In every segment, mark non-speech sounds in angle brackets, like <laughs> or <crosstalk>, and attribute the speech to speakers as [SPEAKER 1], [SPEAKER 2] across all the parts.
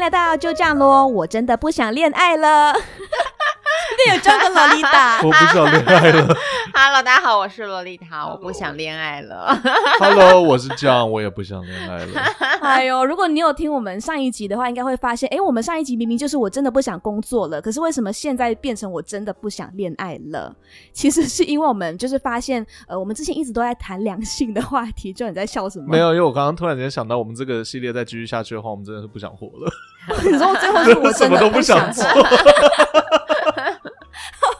[SPEAKER 1] 来到，就这样咯，我真的不想恋爱了。那有这个洛丽塔
[SPEAKER 2] 我，不想恋爱了。
[SPEAKER 3] Hello，大家好，我是洛丽塔，我不想恋爱
[SPEAKER 1] <laughs>
[SPEAKER 3] 了。
[SPEAKER 2] <laughs> Hello，我是这样，我也不想恋爱了。
[SPEAKER 1] <laughs> 哎呦，如果你有听我们上一集的话，应该会发现，哎，我们上一集明明就是我真的不想工作了，可是为什么现在变成我真的不想恋爱了？其实是因为我们就是发现，呃，我们之前一直都在谈良性的话题，就你在笑什么？
[SPEAKER 2] 没，有，因为我刚刚突然间想到，我们这个系列再继续下去的话，我们真的是不想活了，
[SPEAKER 1] 你说最后
[SPEAKER 2] <laughs>
[SPEAKER 1] 是我
[SPEAKER 2] 什
[SPEAKER 1] 真
[SPEAKER 2] 么
[SPEAKER 1] 的
[SPEAKER 2] 都不
[SPEAKER 1] 想
[SPEAKER 2] 想
[SPEAKER 1] 活
[SPEAKER 2] 做。
[SPEAKER 1] <laughs>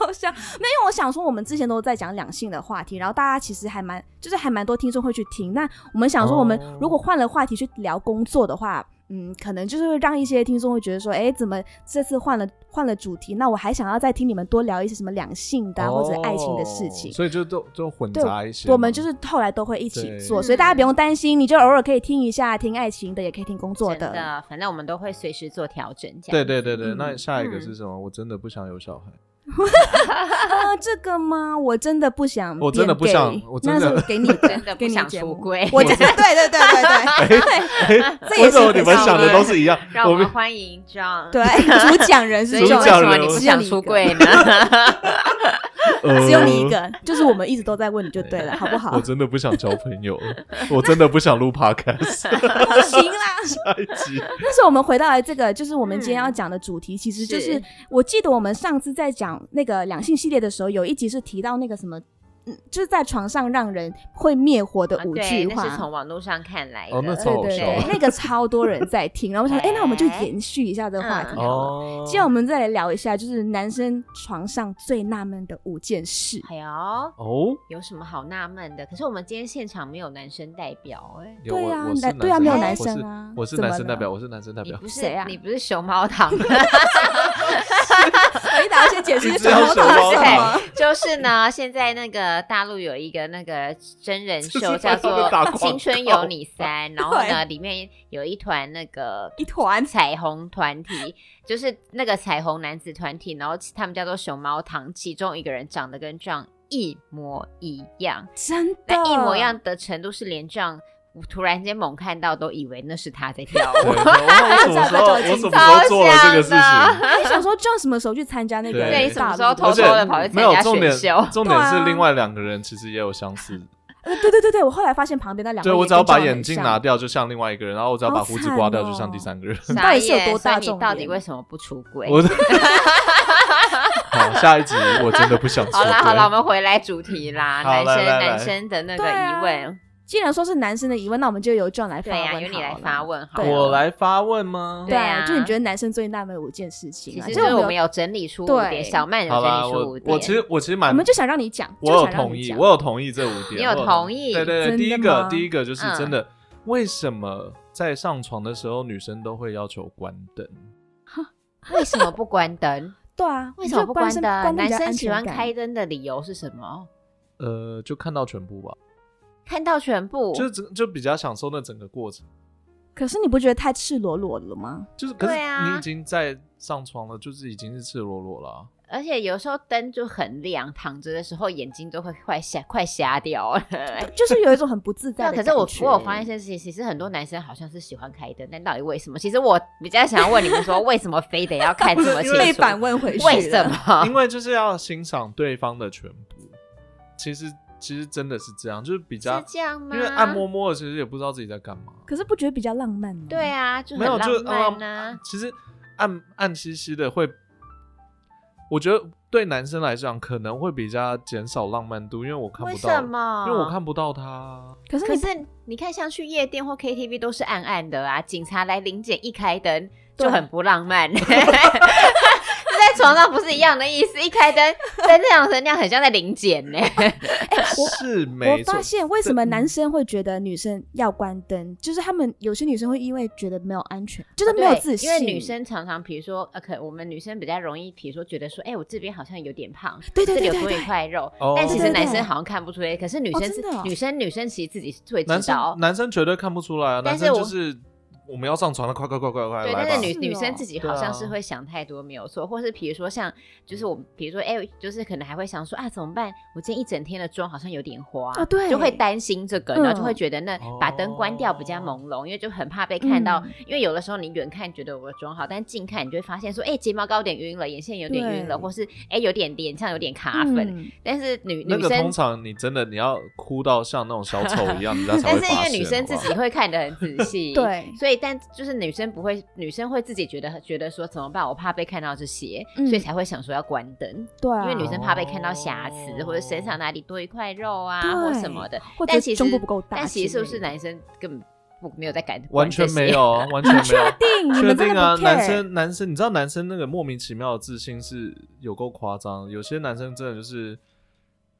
[SPEAKER 1] 好笑，没有，我想说我们之前都在讲两性的话题，然后大家其实还蛮，就是还蛮多听众会去听。那我们想说，我们
[SPEAKER 2] 哦
[SPEAKER 1] 如果换了话题去聊工作的话，嗯，可能就是会让一些听众会觉得说，哎，怎么这次换了换了主题？那我还想要再听你们多聊一些什么两性的啊、或者爱情的事情
[SPEAKER 2] 哦。所以就都都混杂一些嘛。
[SPEAKER 1] 我们就是后来都会一起
[SPEAKER 2] 哦对
[SPEAKER 1] 做，所以大家不用担心，你就偶尔可以听一下，听爱情的，也可以听工作
[SPEAKER 3] 真的，反正我们都会随时做调整。这样
[SPEAKER 2] 对对对对，
[SPEAKER 1] 嗯
[SPEAKER 2] 那下一个
[SPEAKER 3] 嗯
[SPEAKER 2] 是什么？我真的不想有小孩。
[SPEAKER 1] 啊，这个吗？我真的不想变 gay，
[SPEAKER 2] 我真的不想我真的
[SPEAKER 1] 那是给你的，
[SPEAKER 3] 真的
[SPEAKER 1] 给
[SPEAKER 3] 不
[SPEAKER 1] 你
[SPEAKER 3] 想
[SPEAKER 1] 节
[SPEAKER 3] 出
[SPEAKER 1] 目 <laughs>
[SPEAKER 3] 柜。
[SPEAKER 1] 我真的对对对对对对，
[SPEAKER 2] 哎，
[SPEAKER 1] 这也
[SPEAKER 2] 为
[SPEAKER 1] 是
[SPEAKER 2] 什么你们想的都是一样？
[SPEAKER 3] 让
[SPEAKER 2] 我
[SPEAKER 3] 我
[SPEAKER 2] 们
[SPEAKER 3] 们欢迎 John。
[SPEAKER 1] 对，主讲人
[SPEAKER 3] 所
[SPEAKER 1] 是
[SPEAKER 3] 以为
[SPEAKER 2] 主
[SPEAKER 1] John，
[SPEAKER 3] 什
[SPEAKER 2] 讲
[SPEAKER 3] 么
[SPEAKER 2] 人
[SPEAKER 3] 你不
[SPEAKER 1] 只有
[SPEAKER 3] 想
[SPEAKER 1] 你一
[SPEAKER 3] 出
[SPEAKER 1] 个
[SPEAKER 3] 柜呢？
[SPEAKER 1] <laughs> 只有你一。
[SPEAKER 2] 呃
[SPEAKER 1] 个，就是我们一直都在问你就对了，好不好
[SPEAKER 2] 我？真的不想交朋友了，我真的不想录 podcast。
[SPEAKER 1] <laughs> 行啦，
[SPEAKER 2] 下一
[SPEAKER 1] <laughs>
[SPEAKER 2] 集
[SPEAKER 1] 但是我们回到来这个，就是我们今天
[SPEAKER 3] 嗯
[SPEAKER 1] 要讲的主题，其实就是是我记得我们上次在讲那个两性系列的时候，有一集是提到那个什么。嗯，就是在床上让人会灭火的
[SPEAKER 3] 啊
[SPEAKER 1] 五
[SPEAKER 3] 对，
[SPEAKER 1] 句话，
[SPEAKER 3] 那是从网络上看来的。
[SPEAKER 2] 哦那
[SPEAKER 1] 对
[SPEAKER 2] 超好
[SPEAKER 1] 对
[SPEAKER 2] 笑
[SPEAKER 1] 对， <laughs> 那个超多人在听，然后我
[SPEAKER 3] <laughs>
[SPEAKER 1] 想，哎、那我们就
[SPEAKER 3] 哎
[SPEAKER 1] 延续一下这个话题
[SPEAKER 3] 嗯
[SPEAKER 1] 好了。
[SPEAKER 2] 哦，
[SPEAKER 1] 今天我们再来聊一下，就是男生床上最纳闷的五件事。
[SPEAKER 3] 哎呦，
[SPEAKER 2] 哦，
[SPEAKER 3] 有什么好纳闷的？可是我们今天现场没有男生代表哎、
[SPEAKER 2] 有
[SPEAKER 1] 对
[SPEAKER 2] 我
[SPEAKER 1] 啊
[SPEAKER 2] 我是
[SPEAKER 1] 男对啊没有男生啊
[SPEAKER 2] 我是我是
[SPEAKER 1] 怎么
[SPEAKER 2] 男生代
[SPEAKER 1] 了
[SPEAKER 2] 表，我是男生代
[SPEAKER 3] 你
[SPEAKER 2] 表。
[SPEAKER 3] 不是
[SPEAKER 1] 谁啊
[SPEAKER 3] 你不是熊猫糖，
[SPEAKER 1] 回答先
[SPEAKER 2] <laughs>
[SPEAKER 1] 解释
[SPEAKER 2] 一
[SPEAKER 1] 一
[SPEAKER 2] 直
[SPEAKER 1] 下
[SPEAKER 2] 要
[SPEAKER 1] 小
[SPEAKER 2] 熊
[SPEAKER 1] 猫
[SPEAKER 2] 猫
[SPEAKER 1] 是什么
[SPEAKER 2] 糖？
[SPEAKER 3] 就是呢，现在那个大陆有一个那个真人秀
[SPEAKER 2] 这是
[SPEAKER 3] 叫
[SPEAKER 2] 在
[SPEAKER 3] 做
[SPEAKER 2] 上面
[SPEAKER 3] 《
[SPEAKER 2] 打广
[SPEAKER 3] 青春有你三》，然后呢，
[SPEAKER 1] 对
[SPEAKER 3] 里面有一团那个
[SPEAKER 1] <laughs> 一团
[SPEAKER 3] 彩虹团体，就是那个彩虹男子团体，然后他们叫做熊猫糖，其中一个人长得跟 John 一模一样，
[SPEAKER 1] 真的
[SPEAKER 3] 那一模一样的程度是连 John 突然间猛看到都以为那是他在
[SPEAKER 2] <laughs>
[SPEAKER 3] 跳
[SPEAKER 2] 对
[SPEAKER 3] 舞
[SPEAKER 2] 我。我什么时候我什么时候做了这个事情？
[SPEAKER 1] 哎。你想说 John 什么时候去参加那个大陆的？
[SPEAKER 2] 对
[SPEAKER 3] 你什么时候偷
[SPEAKER 2] 而
[SPEAKER 3] 偷
[SPEAKER 2] 且
[SPEAKER 3] 的跑去参
[SPEAKER 2] 没有
[SPEAKER 3] 加
[SPEAKER 2] 重点
[SPEAKER 3] 选秀，
[SPEAKER 2] 重点是另外两个人其实也有相似。
[SPEAKER 1] 呃对对对对，我后来发现旁边那两个
[SPEAKER 2] 对
[SPEAKER 1] 也
[SPEAKER 2] 我
[SPEAKER 1] 跟
[SPEAKER 2] 只要把
[SPEAKER 1] John 很
[SPEAKER 2] 眼镜
[SPEAKER 1] 像
[SPEAKER 2] 拿，掉，就像另外一个人；然后我只要把胡子刮掉，就像第三个人。
[SPEAKER 1] 你到底是有多
[SPEAKER 3] 傻
[SPEAKER 1] 大
[SPEAKER 3] 眼所以
[SPEAKER 1] 众
[SPEAKER 3] 你到底
[SPEAKER 1] 脸
[SPEAKER 3] 为什么不出轨？
[SPEAKER 2] 我好，下一集我真的不想
[SPEAKER 3] <laughs>
[SPEAKER 2] 说。
[SPEAKER 3] 好啦好啦，我们回来主题啦，
[SPEAKER 2] 好
[SPEAKER 3] 男
[SPEAKER 2] 来
[SPEAKER 3] 生
[SPEAKER 2] 来来
[SPEAKER 3] 男生的那个
[SPEAKER 1] 对啊
[SPEAKER 3] 疑问，
[SPEAKER 1] 既然说是男生的疑问，那我们就由 John 来发
[SPEAKER 3] 对
[SPEAKER 1] 问
[SPEAKER 3] 呀、
[SPEAKER 1] 好了。
[SPEAKER 3] 由你来发问好了。
[SPEAKER 1] 对
[SPEAKER 2] 我来发问吗？
[SPEAKER 1] 对啊，
[SPEAKER 3] 对啊
[SPEAKER 1] 就你觉得男生最纳闷的五件事情
[SPEAKER 3] 其
[SPEAKER 1] 啊，
[SPEAKER 3] 实
[SPEAKER 1] 就
[SPEAKER 3] 就是我
[SPEAKER 1] 们
[SPEAKER 3] 们
[SPEAKER 1] 有，
[SPEAKER 3] 有整理出五
[SPEAKER 1] 对
[SPEAKER 3] 点，小曼有
[SPEAKER 2] 好啦，
[SPEAKER 3] 整理出
[SPEAKER 2] 我
[SPEAKER 3] 五点。
[SPEAKER 2] 我其实我其实
[SPEAKER 1] 我
[SPEAKER 2] 蛮
[SPEAKER 1] 们就想让你讲，
[SPEAKER 2] 我
[SPEAKER 1] 就
[SPEAKER 2] 有
[SPEAKER 1] 想让
[SPEAKER 2] 同
[SPEAKER 1] 你
[SPEAKER 2] 意，
[SPEAKER 1] 讲
[SPEAKER 2] 我有同意这五点。
[SPEAKER 3] 你有
[SPEAKER 2] 我
[SPEAKER 3] 同意
[SPEAKER 2] 对对
[SPEAKER 1] 真的
[SPEAKER 2] 对，第一
[SPEAKER 1] 吗
[SPEAKER 2] 个第一个就是
[SPEAKER 3] 嗯
[SPEAKER 2] 真的，为什么在上床的时候女生都会要求关灯？
[SPEAKER 3] <laughs> 为什么不关 <laughs> 灯？
[SPEAKER 1] 对啊，
[SPEAKER 3] 为什么不关
[SPEAKER 1] 灯？
[SPEAKER 3] 灯？
[SPEAKER 1] 关灯
[SPEAKER 3] 男
[SPEAKER 1] 比较
[SPEAKER 3] 生
[SPEAKER 1] 安
[SPEAKER 3] 喜
[SPEAKER 1] 全
[SPEAKER 3] 欢
[SPEAKER 1] 感
[SPEAKER 3] 开灯的理由是什么？
[SPEAKER 2] 呃，就看到全部吧，
[SPEAKER 3] 看到全部，
[SPEAKER 2] 就整就比较享受那整个过程。
[SPEAKER 1] 可是你不觉得太赤裸裸了吗？
[SPEAKER 2] 就是，可是
[SPEAKER 3] 对啊
[SPEAKER 2] 你已经在上床了，就是已经是赤裸裸了啊、
[SPEAKER 3] 而且有时候灯就很亮，躺着的时候眼睛都会快瞎快瞎掉了。
[SPEAKER 1] 就是有一种很不自
[SPEAKER 3] <laughs>
[SPEAKER 1] 在
[SPEAKER 3] 对，
[SPEAKER 1] 的
[SPEAKER 3] 哎可
[SPEAKER 1] 感
[SPEAKER 3] 是
[SPEAKER 1] 觉。
[SPEAKER 3] 我我有发现
[SPEAKER 2] 啊
[SPEAKER 3] 一件事情，其实很多男生好像是喜欢开灯，但到底为什么？其实我比较想要问你们说， <laughs> 为什么非得要看这么清楚？
[SPEAKER 2] 啊
[SPEAKER 1] 被反问回去，
[SPEAKER 3] 为什？么？
[SPEAKER 2] 因为就是要欣赏对方的全部。其实其实真的是这样，就是比较
[SPEAKER 3] <laughs> 是，这样吗？
[SPEAKER 2] 因为按摸摸的，其实也不知道自己在干嘛。
[SPEAKER 1] 可是不觉得比较浪漫吗？
[SPEAKER 3] 对，啊，就
[SPEAKER 2] 没
[SPEAKER 3] 很
[SPEAKER 2] 有，
[SPEAKER 3] 浪
[SPEAKER 2] 就是
[SPEAKER 3] 漫啊
[SPEAKER 2] 嗯
[SPEAKER 3] 呐、
[SPEAKER 2] 其实暗暗兮兮的会，我觉得对男生来讲可能会比较减少浪漫度，因为我看
[SPEAKER 3] 为
[SPEAKER 2] 不
[SPEAKER 3] 什
[SPEAKER 2] 到，
[SPEAKER 3] 么？
[SPEAKER 2] 因为我。看不到他。啊
[SPEAKER 1] 可是
[SPEAKER 3] 可
[SPEAKER 1] 你
[SPEAKER 3] 是你看，像去夜店或 KTV 都是暗暗的啊，警察来临检一开灯
[SPEAKER 1] 对
[SPEAKER 3] 就很不浪漫。 <laughs> 这在床上不是一样的意思，一开灯灯亮成那样，很像在临检呢。哎
[SPEAKER 2] 是没
[SPEAKER 1] 我
[SPEAKER 2] 错
[SPEAKER 1] 发，现为
[SPEAKER 2] 嗯
[SPEAKER 1] 什么男生会觉得女生要关灯，就是他们有些女生会因为觉得没有安全， <laughs> 就是没有
[SPEAKER 3] 哦对
[SPEAKER 1] 自信。
[SPEAKER 3] 因为女生常常，比如说，呃，可我们女生比较容易，比如说觉得说，哎、我这边好像有点胖，
[SPEAKER 1] 对对
[SPEAKER 3] 这
[SPEAKER 1] 对
[SPEAKER 3] 里有
[SPEAKER 1] 对
[SPEAKER 3] 多一
[SPEAKER 1] 对，
[SPEAKER 3] 块肉，
[SPEAKER 2] 哦
[SPEAKER 3] 但其实
[SPEAKER 1] 对对对
[SPEAKER 3] 男生好像看不出来。可是女
[SPEAKER 1] 哦
[SPEAKER 3] 生是、
[SPEAKER 1] 真的哦
[SPEAKER 3] 女生，女生其实自己会知
[SPEAKER 2] 男
[SPEAKER 3] 道
[SPEAKER 2] 生，男生绝对看不出来啊，
[SPEAKER 3] 但
[SPEAKER 2] 男
[SPEAKER 3] 是
[SPEAKER 2] 生
[SPEAKER 3] 我
[SPEAKER 2] 就是我们要上床了，快快快快快，
[SPEAKER 3] 对，
[SPEAKER 2] 来
[SPEAKER 3] 但是！
[SPEAKER 2] 吧
[SPEAKER 3] 女
[SPEAKER 1] 是
[SPEAKER 3] 女
[SPEAKER 1] 哦
[SPEAKER 3] 生自己
[SPEAKER 2] 对
[SPEAKER 3] 好像
[SPEAKER 2] 啊
[SPEAKER 3] 是会想太多，没有错，或是比如说像，就是我们，比如说，哎、就是可能还会想说啊，怎么办？我今天一整天的妆好像有点花，
[SPEAKER 1] 啊对
[SPEAKER 3] 就会担心这个，然后就会
[SPEAKER 1] 嗯
[SPEAKER 3] 觉得那把灯关掉
[SPEAKER 2] 哦
[SPEAKER 3] 比较朦胧，因为就很怕被看
[SPEAKER 1] 嗯
[SPEAKER 3] 到，因为有的时候你远看觉得我的妆好，但近看你就会发现说，哎、睫毛膏有点晕了，眼线有点晕了，
[SPEAKER 1] 对
[SPEAKER 3] 或是哎、有点脸上有点卡粉，
[SPEAKER 1] 嗯，
[SPEAKER 3] 但是女
[SPEAKER 2] 那
[SPEAKER 3] 女
[SPEAKER 2] 个通
[SPEAKER 3] 生。
[SPEAKER 2] 常你真的你要哭到像那种小丑一样，你
[SPEAKER 3] <laughs>
[SPEAKER 2] 这样
[SPEAKER 3] 但
[SPEAKER 2] 才会
[SPEAKER 3] 是
[SPEAKER 2] 发
[SPEAKER 3] 因
[SPEAKER 2] 现。
[SPEAKER 3] 为女生自
[SPEAKER 2] 好不好
[SPEAKER 3] 己会看得很仔
[SPEAKER 1] <laughs>
[SPEAKER 3] 细，
[SPEAKER 1] 对
[SPEAKER 3] 所以但就是女生不会，女生会自己觉得觉得说怎么办，我怕被看到这些，
[SPEAKER 1] 嗯
[SPEAKER 3] 所以才会想说要关灯，
[SPEAKER 1] 对啊，
[SPEAKER 3] 因为女生怕被看到瑕疵、
[SPEAKER 2] 哦
[SPEAKER 3] 或者身上哪里多一块肉啊
[SPEAKER 1] 对
[SPEAKER 3] 或什么的，
[SPEAKER 1] 或者
[SPEAKER 3] 但其实
[SPEAKER 1] 胸部不够大
[SPEAKER 3] 但其实是不是
[SPEAKER 1] 之类的
[SPEAKER 3] 男生根本不没有在敢
[SPEAKER 2] 完全没有啊，完全没
[SPEAKER 3] <laughs>
[SPEAKER 2] 有。
[SPEAKER 1] 定你
[SPEAKER 2] 确
[SPEAKER 1] 们真
[SPEAKER 2] 定
[SPEAKER 1] 的
[SPEAKER 2] 啊，
[SPEAKER 1] 不 care
[SPEAKER 2] 男生男生，你知道男生那个莫名其妙的自信是有够夸张的，有些男生真的就是，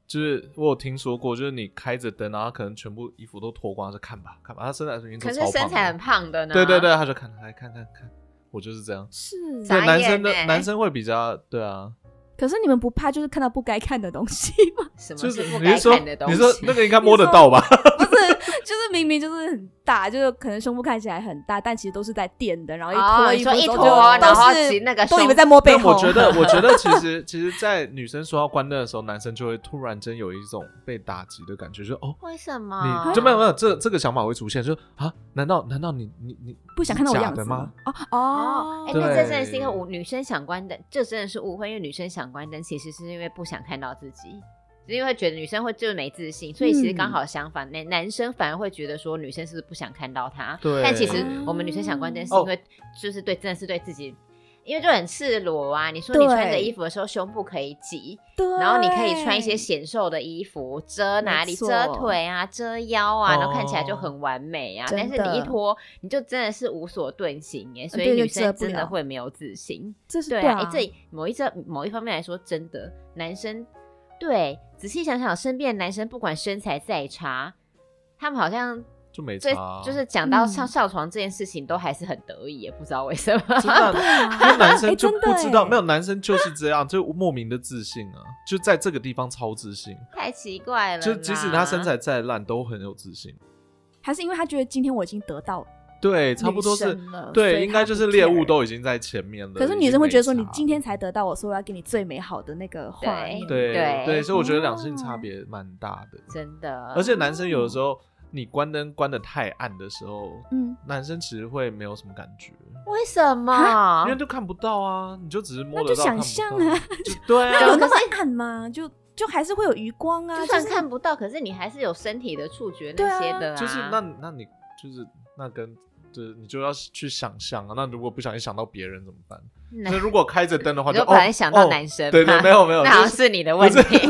[SPEAKER 2] 就是我有听说过，就是你开着灯，然后他可能全部衣服都脱光，就看吧看吧，他身材已经
[SPEAKER 3] 可
[SPEAKER 2] 都
[SPEAKER 3] 是
[SPEAKER 2] 超
[SPEAKER 3] 身材很
[SPEAKER 2] 胖了，
[SPEAKER 3] 胖啊的呢，
[SPEAKER 2] 对对对，，他就看来看看看，我就是这样。
[SPEAKER 1] 是
[SPEAKER 3] 傻
[SPEAKER 2] 对，
[SPEAKER 3] 眼
[SPEAKER 2] 男生的
[SPEAKER 3] 欸
[SPEAKER 2] 男生会比较对啊，
[SPEAKER 1] 可是你们不怕就是看到不该看的东西吗？
[SPEAKER 3] 什么
[SPEAKER 2] 就是
[SPEAKER 3] 不
[SPEAKER 2] 你
[SPEAKER 3] 该
[SPEAKER 2] 是说
[SPEAKER 3] 看的东
[SPEAKER 2] 你
[SPEAKER 3] 西？
[SPEAKER 2] 说那个应该摸得到吧？
[SPEAKER 1] <laughs> 不是，就是明明就是很大，就是可能胸部看起来很大，但其实都是在垫的，然后一
[SPEAKER 3] 哦
[SPEAKER 1] 脱衣
[SPEAKER 3] 你
[SPEAKER 1] 服
[SPEAKER 3] 说一
[SPEAKER 1] 之后
[SPEAKER 3] 脱
[SPEAKER 1] 就
[SPEAKER 3] 然
[SPEAKER 1] 都
[SPEAKER 3] 后
[SPEAKER 1] 是
[SPEAKER 3] 其实那个
[SPEAKER 1] 都以
[SPEAKER 3] 胸
[SPEAKER 1] 为在摸背
[SPEAKER 2] 但
[SPEAKER 1] 后。
[SPEAKER 2] 我觉得，我觉得其实其实，在女生说要关灯的时候，男生就会突然间有一种被打击的感觉，就是哦，
[SPEAKER 3] 为什么？
[SPEAKER 1] 啊
[SPEAKER 2] 你就没有没有这这个想法会出现，就是啊，难道难道你你你
[SPEAKER 1] <laughs> 不想看到我
[SPEAKER 2] 是假
[SPEAKER 1] 样子
[SPEAKER 2] 的吗？？
[SPEAKER 1] 哦
[SPEAKER 3] 哦
[SPEAKER 1] 哦，，
[SPEAKER 3] 哎、
[SPEAKER 2] 对
[SPEAKER 3] 那这真的是一个误，女生想关灯，这真的是误会，因为女生想关灯，其实是因为不想看到自己，是因为觉得女生会就是没自信，所以其实
[SPEAKER 2] 嗯
[SPEAKER 3] 刚好相反，男、男生反而会觉得说女生是不是不想看到他，
[SPEAKER 2] 对哦
[SPEAKER 3] 但其实我们女生想关灯是因为就是对，真的是对自己。因为就很赤裸啊！你说你
[SPEAKER 1] 对
[SPEAKER 3] 穿着衣服的时候，胸部可以挤，
[SPEAKER 1] 对，
[SPEAKER 3] 然后你可以穿一些显瘦的衣服，遮哪里
[SPEAKER 1] 没错
[SPEAKER 3] 遮腿啊，遮腰啊，
[SPEAKER 2] 哦
[SPEAKER 3] 然后看起来就很完美啊。
[SPEAKER 1] 真
[SPEAKER 3] 但
[SPEAKER 1] 的呃
[SPEAKER 3] 是你一脱，你就真的是无所遁形耶，所以
[SPEAKER 1] 对就
[SPEAKER 3] 女生
[SPEAKER 1] 遮不
[SPEAKER 3] 真的
[SPEAKER 1] 了
[SPEAKER 3] 会没有自信。
[SPEAKER 1] 这是
[SPEAKER 3] 对啊，
[SPEAKER 1] 啊，
[SPEAKER 3] 哎，这某一这某一方面来说，真的男生对仔细想想，身边的男生不管身材再差，他们好像
[SPEAKER 2] 就没
[SPEAKER 3] 最
[SPEAKER 2] 差啊，
[SPEAKER 3] 就是讲到
[SPEAKER 1] 嗯
[SPEAKER 3] 上上床这件事情，都还是很得意耶，不知道为什么。
[SPEAKER 2] 真
[SPEAKER 1] <laughs>
[SPEAKER 2] 的
[SPEAKER 1] 对
[SPEAKER 2] 啊。
[SPEAKER 1] 啊
[SPEAKER 2] <laughs> 因为男生
[SPEAKER 1] 哎
[SPEAKER 2] 就
[SPEAKER 1] 真的
[SPEAKER 2] 不知道，
[SPEAKER 1] 哎
[SPEAKER 2] 没有男生就是这样，就莫名的自信啊，就在这个地方超自信，
[SPEAKER 3] <laughs> 太奇怪了啦，
[SPEAKER 2] 就即使他
[SPEAKER 3] 啊
[SPEAKER 2] 身材再烂，都很有自信。
[SPEAKER 1] 还是因为他觉得今天我已经得到
[SPEAKER 2] 对，差不多
[SPEAKER 1] 女
[SPEAKER 2] 是
[SPEAKER 1] 生了，所
[SPEAKER 2] 对，
[SPEAKER 1] 以
[SPEAKER 2] 应
[SPEAKER 1] 他
[SPEAKER 2] 该
[SPEAKER 1] 不
[SPEAKER 2] 就是猎物
[SPEAKER 1] care
[SPEAKER 2] 都已经在前面了。
[SPEAKER 1] 可是
[SPEAKER 2] 已
[SPEAKER 1] 女
[SPEAKER 2] 经
[SPEAKER 1] 生会
[SPEAKER 2] 没
[SPEAKER 1] 觉得说你
[SPEAKER 2] 差
[SPEAKER 1] 今天才得到我，所以我要给你最美好的那个画面。
[SPEAKER 2] 对
[SPEAKER 3] 对
[SPEAKER 2] 对，所以我觉得两性
[SPEAKER 1] 哦
[SPEAKER 2] 差别蛮大的。
[SPEAKER 3] 真的，
[SPEAKER 2] 而且男生有的时候，你关灯关的太暗的时候，
[SPEAKER 1] 嗯，
[SPEAKER 2] 男生其实会没有什么感觉，
[SPEAKER 3] 为什么
[SPEAKER 2] 因为？就看不到啊，你就只是摸得
[SPEAKER 1] 那
[SPEAKER 2] 到，
[SPEAKER 1] 就想象啊
[SPEAKER 2] 看不到，就对
[SPEAKER 1] 那有
[SPEAKER 2] 啊，
[SPEAKER 1] 那么暗吗？就就还是会有余光啊，
[SPEAKER 3] 就
[SPEAKER 1] 就
[SPEAKER 3] 算
[SPEAKER 1] 是
[SPEAKER 3] 看不到，可是你还是有身体的触觉
[SPEAKER 1] 对
[SPEAKER 3] 那
[SPEAKER 1] 啊
[SPEAKER 3] 些的啊。
[SPEAKER 2] 就是那那你就是那跟。就是你就要去想象啊，那如果不小心想到别人怎么办？
[SPEAKER 3] 那
[SPEAKER 2] 那如果开着灯的话
[SPEAKER 3] 你
[SPEAKER 2] 就，
[SPEAKER 3] 就
[SPEAKER 2] 哦，
[SPEAKER 3] 本来想到
[SPEAKER 2] 哦
[SPEAKER 3] 男生吗，
[SPEAKER 2] 对对，没有没有，
[SPEAKER 3] <laughs> 那
[SPEAKER 2] 就
[SPEAKER 3] 好像
[SPEAKER 2] 是
[SPEAKER 3] 是你的问
[SPEAKER 2] 不是 <laughs>
[SPEAKER 3] 题。 <laughs>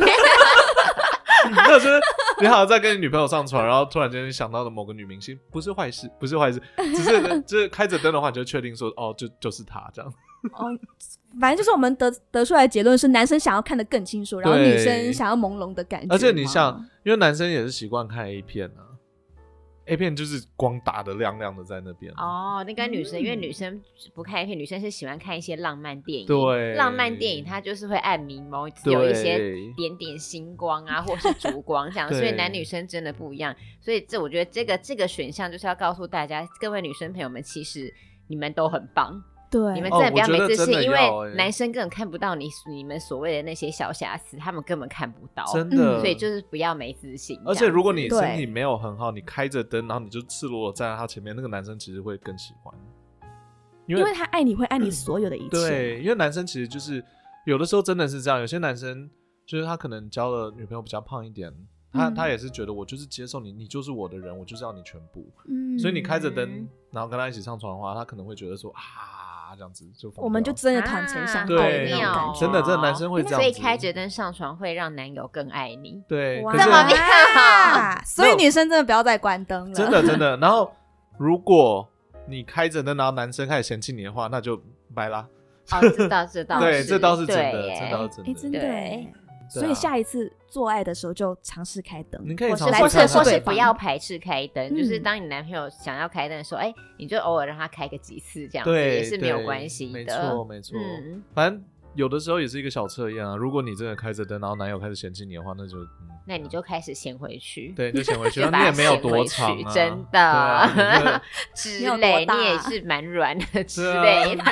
[SPEAKER 2] 没有就是你好像在跟你女朋友上床，然后突然间想到了某个女明星，不是坏事，不是坏事，只是就是开着灯的话，你就确定说哦，就就是她这样。
[SPEAKER 1] 哦，反正就是我们得得出来的结论是，男生想要看得更清楚，然后
[SPEAKER 2] 对
[SPEAKER 1] 女生想要朦胧的感觉嘛。
[SPEAKER 2] 而且你像，因为男生也是习惯看 A 片啊，A 片就是光打的亮亮的在那边。
[SPEAKER 3] 哦，那跟女生，因为
[SPEAKER 1] 嗯
[SPEAKER 3] 女生不看 A 片，女生是喜欢看一些浪漫电影。
[SPEAKER 2] 对
[SPEAKER 3] 浪漫电影它就是会暗迷蒙，
[SPEAKER 2] 对
[SPEAKER 3] 有一些点点星光啊，或是烛光这样，
[SPEAKER 2] 对
[SPEAKER 3] 所以男女生真的不一样。所以这我觉得这个这个选项就是要告诉大家，各位女生朋友们，其实你们都很棒。
[SPEAKER 1] 对，
[SPEAKER 3] 你们
[SPEAKER 2] 哦
[SPEAKER 3] 真的不
[SPEAKER 2] 我
[SPEAKER 3] 要
[SPEAKER 2] 觉
[SPEAKER 3] 没
[SPEAKER 2] 得
[SPEAKER 3] 自
[SPEAKER 2] 真
[SPEAKER 3] 信，
[SPEAKER 2] 的
[SPEAKER 3] 因
[SPEAKER 2] 要
[SPEAKER 3] 为
[SPEAKER 2] 欸
[SPEAKER 3] 男生根本看不到你你们所谓的那些小瑕疵，他们根本看不到，
[SPEAKER 2] 真的，
[SPEAKER 1] 嗯
[SPEAKER 3] 所以就是不要没自信。
[SPEAKER 2] 而
[SPEAKER 3] 这
[SPEAKER 2] 且
[SPEAKER 3] 样
[SPEAKER 2] 如果你
[SPEAKER 1] 对
[SPEAKER 2] 身体没有很好，你开着灯，然后你就赤裸裸站在他前面，那个男生其实会更喜欢，因
[SPEAKER 1] 因为他爱你会爱你所有的一切。
[SPEAKER 2] 对，因为男生其实就是有的时候真的是这样，有些男生就是他可能交了女朋友比较胖一点，他、
[SPEAKER 1] 嗯
[SPEAKER 2] 他也是觉得我就是接受你，你就是我的人，我就是要你全部，
[SPEAKER 1] 嗯
[SPEAKER 2] 所以你开着灯
[SPEAKER 3] 嗯，
[SPEAKER 2] 然后跟他一起上床的话，他可能会觉得说啊这样子就放
[SPEAKER 1] 我们
[SPEAKER 2] 掉
[SPEAKER 1] 就真的坦诚相待的
[SPEAKER 3] 好
[SPEAKER 2] 对
[SPEAKER 1] 那种
[SPEAKER 3] 妙
[SPEAKER 1] 感
[SPEAKER 3] 哦
[SPEAKER 1] 觉。
[SPEAKER 2] 真的，真的男生会这样
[SPEAKER 3] 所
[SPEAKER 2] 子，
[SPEAKER 3] 以开着灯上床会让男友更爱
[SPEAKER 2] <laughs>
[SPEAKER 3] 你。
[SPEAKER 2] 对，
[SPEAKER 1] 哇
[SPEAKER 2] 可是
[SPEAKER 3] 这么妙
[SPEAKER 1] 所以女生真的不要再关灯了。
[SPEAKER 2] 真的真的，然后如果你开着灯，然后男生开始嫌弃你的话，那就拜啦。
[SPEAKER 3] 哦，这倒这倒
[SPEAKER 2] 对，
[SPEAKER 3] 是
[SPEAKER 2] 这倒是真
[SPEAKER 3] 对
[SPEAKER 2] 的，
[SPEAKER 3] 耶
[SPEAKER 2] 这倒是
[SPEAKER 1] 哎，
[SPEAKER 2] 真
[SPEAKER 1] 真
[SPEAKER 2] 的。
[SPEAKER 1] 的
[SPEAKER 3] 对
[SPEAKER 1] 哎。
[SPEAKER 2] 对
[SPEAKER 1] 所以
[SPEAKER 2] 啊
[SPEAKER 1] 下一次做爱的时候就尝试开灯，
[SPEAKER 2] 你可以
[SPEAKER 1] 或是
[SPEAKER 3] 或是
[SPEAKER 2] 尝试
[SPEAKER 1] 来
[SPEAKER 3] 或
[SPEAKER 2] 看
[SPEAKER 3] 是
[SPEAKER 1] 测
[SPEAKER 2] 看
[SPEAKER 1] 试
[SPEAKER 3] 或是
[SPEAKER 1] 对
[SPEAKER 3] 不
[SPEAKER 1] 方
[SPEAKER 3] 要排斥开灯，就是
[SPEAKER 1] 嗯
[SPEAKER 3] 当你男朋友想要开灯的时候，哎，你就偶尔让他开个几次这样子，
[SPEAKER 2] 对，
[SPEAKER 3] 也是没有
[SPEAKER 2] 对
[SPEAKER 3] 关系的。
[SPEAKER 2] 没错，没错。
[SPEAKER 3] 嗯
[SPEAKER 2] 反正有的时候也是一个小测验啊。如果你真的开着灯，然后男友开始嫌弃你的话，那就嗯
[SPEAKER 3] 那你就开始先回去。
[SPEAKER 2] 对，就潜回
[SPEAKER 3] <laughs>
[SPEAKER 2] 去，
[SPEAKER 3] 就把
[SPEAKER 2] 你也
[SPEAKER 3] 它
[SPEAKER 2] 没有
[SPEAKER 3] 衔
[SPEAKER 2] 多
[SPEAKER 3] 回
[SPEAKER 2] 长
[SPEAKER 3] 去
[SPEAKER 2] 啊，
[SPEAKER 3] 真的
[SPEAKER 2] 对啊
[SPEAKER 3] 之
[SPEAKER 1] 你有多
[SPEAKER 3] 类，
[SPEAKER 1] 大
[SPEAKER 3] 你也是蛮软的之
[SPEAKER 1] <laughs>
[SPEAKER 2] 啊
[SPEAKER 3] 类的。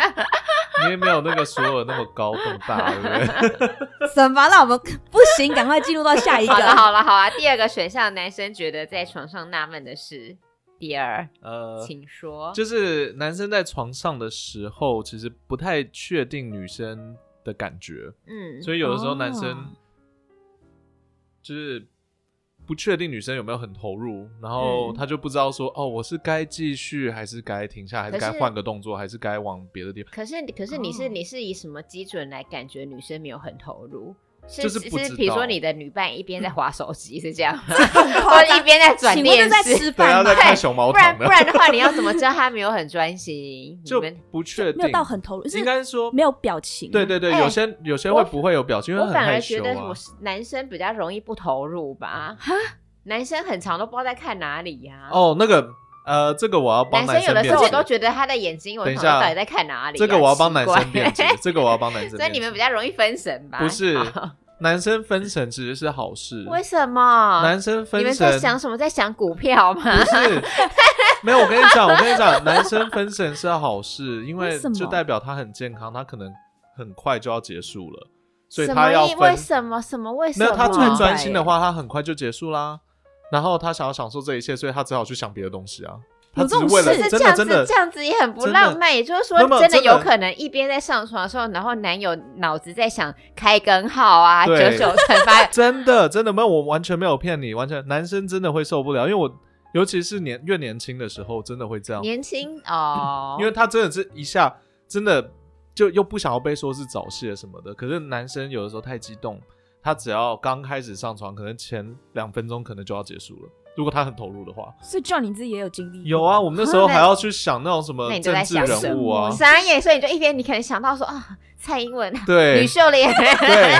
[SPEAKER 2] 你也没有那个所有那么
[SPEAKER 3] <laughs>
[SPEAKER 2] 高更大，对不对？
[SPEAKER 1] 怎么了？我们不行，赶快进入到下一
[SPEAKER 3] <laughs> 好了
[SPEAKER 1] 个。
[SPEAKER 3] 好了好啊，第二个选项，男生觉得在床上纳闷的事。第二，
[SPEAKER 2] 呃，
[SPEAKER 3] 请说。
[SPEAKER 2] 就是男生在床上的时候，其实不太确定女生的感觉，
[SPEAKER 3] 嗯，
[SPEAKER 2] 所以有的时候男
[SPEAKER 1] 哦
[SPEAKER 2] 生就是不确定女生有没有很投入，然后
[SPEAKER 3] 嗯
[SPEAKER 2] 他就不知道说，哦，我是该继续还是该停下，还是
[SPEAKER 3] 可
[SPEAKER 2] 该
[SPEAKER 3] 是
[SPEAKER 2] 换个动作，还是该往别的地方。
[SPEAKER 3] 可是可是你是、
[SPEAKER 1] 哦
[SPEAKER 3] 你是以什么基准来感觉女生没有很投入？是
[SPEAKER 2] 就是不知
[SPEAKER 3] 比如说
[SPEAKER 2] 道嗯
[SPEAKER 3] 你的女伴一边在划手机是这样吗，
[SPEAKER 1] 夸张
[SPEAKER 3] 或者一边在转
[SPEAKER 1] 请问
[SPEAKER 3] 电
[SPEAKER 1] 是在
[SPEAKER 2] <laughs>
[SPEAKER 3] 视，
[SPEAKER 1] 吃
[SPEAKER 2] 对啊，
[SPEAKER 1] 饭吗
[SPEAKER 2] 在？看
[SPEAKER 3] 对
[SPEAKER 2] 熊猫
[SPEAKER 3] 不然
[SPEAKER 2] 糖
[SPEAKER 3] 不
[SPEAKER 2] 的，
[SPEAKER 3] 然的
[SPEAKER 2] <laughs>
[SPEAKER 3] 话，你要怎么知道她没有很专心？你
[SPEAKER 2] 就
[SPEAKER 3] 们
[SPEAKER 2] 不确定，
[SPEAKER 1] 没有到很投入，是
[SPEAKER 2] 应该说
[SPEAKER 1] 没有表情。
[SPEAKER 2] 对对对，
[SPEAKER 3] 哎
[SPEAKER 2] 有些有些
[SPEAKER 3] 我
[SPEAKER 2] 会不会有表情，因为
[SPEAKER 3] 我
[SPEAKER 2] 很
[SPEAKER 3] 反
[SPEAKER 2] 害
[SPEAKER 3] 而觉
[SPEAKER 2] 羞
[SPEAKER 3] 得
[SPEAKER 2] 啊
[SPEAKER 3] 我。是男生比较容易不投入吧，男生很长都不知道在看哪里呀、
[SPEAKER 2] 哦，那个呃，这个我要帮
[SPEAKER 3] 男生有
[SPEAKER 2] 生
[SPEAKER 3] 的
[SPEAKER 2] 辩
[SPEAKER 3] 时候
[SPEAKER 2] 解
[SPEAKER 3] 我都觉得他的眼睛，我
[SPEAKER 2] 等一
[SPEAKER 3] 想说
[SPEAKER 2] 下
[SPEAKER 3] 到底在看哪里啊、
[SPEAKER 2] 这个我要帮
[SPEAKER 3] 奇
[SPEAKER 2] 男
[SPEAKER 3] 怪
[SPEAKER 2] 生辩
[SPEAKER 3] <laughs>
[SPEAKER 2] 解，这个我要帮男生辩解。
[SPEAKER 3] 所以你们比较容易分神吧？
[SPEAKER 2] 不是
[SPEAKER 3] 好
[SPEAKER 2] <laughs> 男生分神其实是好事，
[SPEAKER 3] 为什么？
[SPEAKER 2] 男生
[SPEAKER 3] 你
[SPEAKER 2] 分
[SPEAKER 3] 们在
[SPEAKER 2] 神
[SPEAKER 3] 想什么？在想股票吗？
[SPEAKER 2] 不
[SPEAKER 3] <laughs>
[SPEAKER 2] 是没有。我跟你讲，我跟你讲， <laughs> 男生分神是好事，因
[SPEAKER 1] 为
[SPEAKER 2] 为
[SPEAKER 1] 什么
[SPEAKER 2] 就代表他很健康，他可能很快就要结束了，所以
[SPEAKER 3] 什
[SPEAKER 2] 他
[SPEAKER 3] 么
[SPEAKER 2] 要
[SPEAKER 3] 意？为
[SPEAKER 2] 分。
[SPEAKER 3] 什么？什么？为 <laughs> 什
[SPEAKER 2] 没
[SPEAKER 3] 么？啊
[SPEAKER 2] 有他
[SPEAKER 1] 明白
[SPEAKER 2] 太专心的话，他很快就结束啦。然后他想要享受这一切，所以他只好去想别的东西啊。他
[SPEAKER 1] 有
[SPEAKER 2] 只
[SPEAKER 1] 这种
[SPEAKER 2] 为了
[SPEAKER 1] 事
[SPEAKER 3] 是这
[SPEAKER 2] 真的
[SPEAKER 3] 样
[SPEAKER 2] 真的
[SPEAKER 3] 子，这样子也很不
[SPEAKER 2] 真的
[SPEAKER 3] 浪漫。也就是说
[SPEAKER 2] 没有没，有
[SPEAKER 3] 真的
[SPEAKER 2] 真的
[SPEAKER 3] 有可能一边在上床的时候，然后男友脑子在想开根号啊，九
[SPEAKER 2] 对，
[SPEAKER 3] 九乘法
[SPEAKER 2] <laughs> 真的真的没有，我完全没有骗你，完全男生真的会受不了，因为我尤其是年越年轻的时候，真的会这样，
[SPEAKER 3] 年轻哦，
[SPEAKER 2] 因为他真的是一下真的就又不想要被说是早泄什么的，可是男生有的时候太激动，他只要刚开始上床，可能前两分钟可能就要结束了。如果他很投入的话，
[SPEAKER 1] 所以 John 你自己也有经历。
[SPEAKER 2] 有啊，，我们那时候还要去想那种什
[SPEAKER 3] <laughs>
[SPEAKER 2] 么
[SPEAKER 3] 那你都在
[SPEAKER 2] 政治
[SPEAKER 3] 想
[SPEAKER 2] 人物啊
[SPEAKER 1] 什，
[SPEAKER 3] 傻眼，所以你就一边你可能想到说啊，蔡英文、 <laughs>
[SPEAKER 2] 对
[SPEAKER 3] 吕秀莲，
[SPEAKER 2] <laughs> 对，
[SPEAKER 3] <laughs>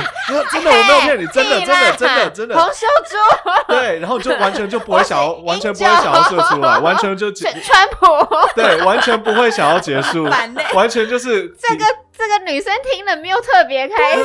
[SPEAKER 2] 真的我没有骗你，真的
[SPEAKER 3] 屁
[SPEAKER 2] 真
[SPEAKER 3] 啦
[SPEAKER 2] 的
[SPEAKER 3] <laughs>
[SPEAKER 2] 真的真的，
[SPEAKER 3] 洪秀珠、
[SPEAKER 2] <laughs>
[SPEAKER 3] <laughs>
[SPEAKER 2] 对，然后就完全就不会想要，
[SPEAKER 3] 我是
[SPEAKER 2] 完全不会想要射出来，完全
[SPEAKER 3] <laughs>
[SPEAKER 2] 就
[SPEAKER 3] 川川普，
[SPEAKER 2] 对，完全不会想要
[SPEAKER 3] <laughs>
[SPEAKER 2] 结束，
[SPEAKER 1] 烦欸
[SPEAKER 2] 完全就是呃
[SPEAKER 3] 这个这个女生听了没有特别开心、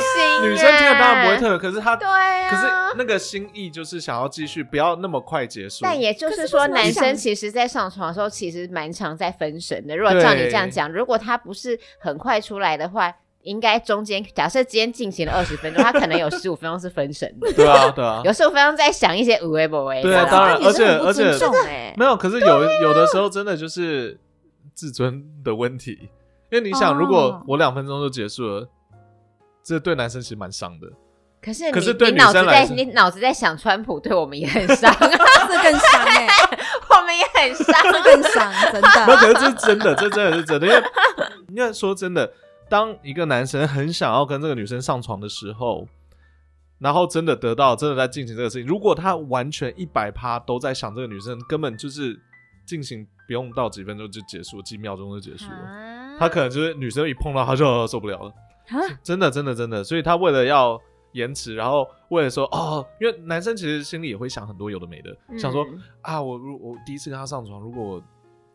[SPEAKER 2] 女生听了当然不会特，可是她、
[SPEAKER 3] 对啊，
[SPEAKER 2] 可是那个心意就是想要继续，不要那么快结束。
[SPEAKER 3] 但也就
[SPEAKER 1] 可是
[SPEAKER 3] 是
[SPEAKER 1] 不
[SPEAKER 3] 说，
[SPEAKER 1] 是我
[SPEAKER 3] 男
[SPEAKER 1] 想
[SPEAKER 3] 生其实，在上床的时候，其实蛮常在分神的。如果照你这样
[SPEAKER 2] 对
[SPEAKER 3] 讲，如果他不是很快出来的话，应该中间假设今天进行了二十分钟，他可能有十五分钟是分神
[SPEAKER 2] <laughs>
[SPEAKER 3] 的，
[SPEAKER 2] 对啊，对啊，
[SPEAKER 3] 有十五分钟在想一些无为不为。
[SPEAKER 2] 对啊
[SPEAKER 3] 你知道
[SPEAKER 2] 当
[SPEAKER 3] 吗
[SPEAKER 2] 然
[SPEAKER 1] 那女生
[SPEAKER 2] 而且
[SPEAKER 1] 很不尊
[SPEAKER 2] 而且
[SPEAKER 1] 重欸
[SPEAKER 2] 没有，可是有、有的时候真的就是自尊的问题，因为你想，
[SPEAKER 1] 哦
[SPEAKER 2] 如果我两分钟就结束了，这对男生其实蛮伤的。
[SPEAKER 3] 可是你
[SPEAKER 2] 可是对
[SPEAKER 3] 你
[SPEAKER 2] 女
[SPEAKER 3] 脑子
[SPEAKER 2] 生
[SPEAKER 3] 在
[SPEAKER 2] 来说
[SPEAKER 3] 你脑子在想川普，对我们也很伤， <laughs>
[SPEAKER 1] 这更伤哎、
[SPEAKER 3] 欸我们也很
[SPEAKER 1] 这
[SPEAKER 3] 伤。
[SPEAKER 1] 更伤，真
[SPEAKER 2] 没
[SPEAKER 1] 的。
[SPEAKER 2] 有，可是这是真的，这真的是真的，因为因为说真的，当一个男生很想要跟这个女生上床的时候，然后真的得到真的在进行这个事情，如果他完全一百趴都在想这个女生，根本就是进行不用到几分钟就结束，几秒钟就结束了。他可能就是女生一碰到他就呃受不了了，
[SPEAKER 1] 啊
[SPEAKER 2] 真的真的真的，所以他为了要延迟，然后为了说哦，因为男生其实心里也会想很多有的没的，想说
[SPEAKER 3] 嗯
[SPEAKER 2] 啊，我如我第一次跟他上床，如果我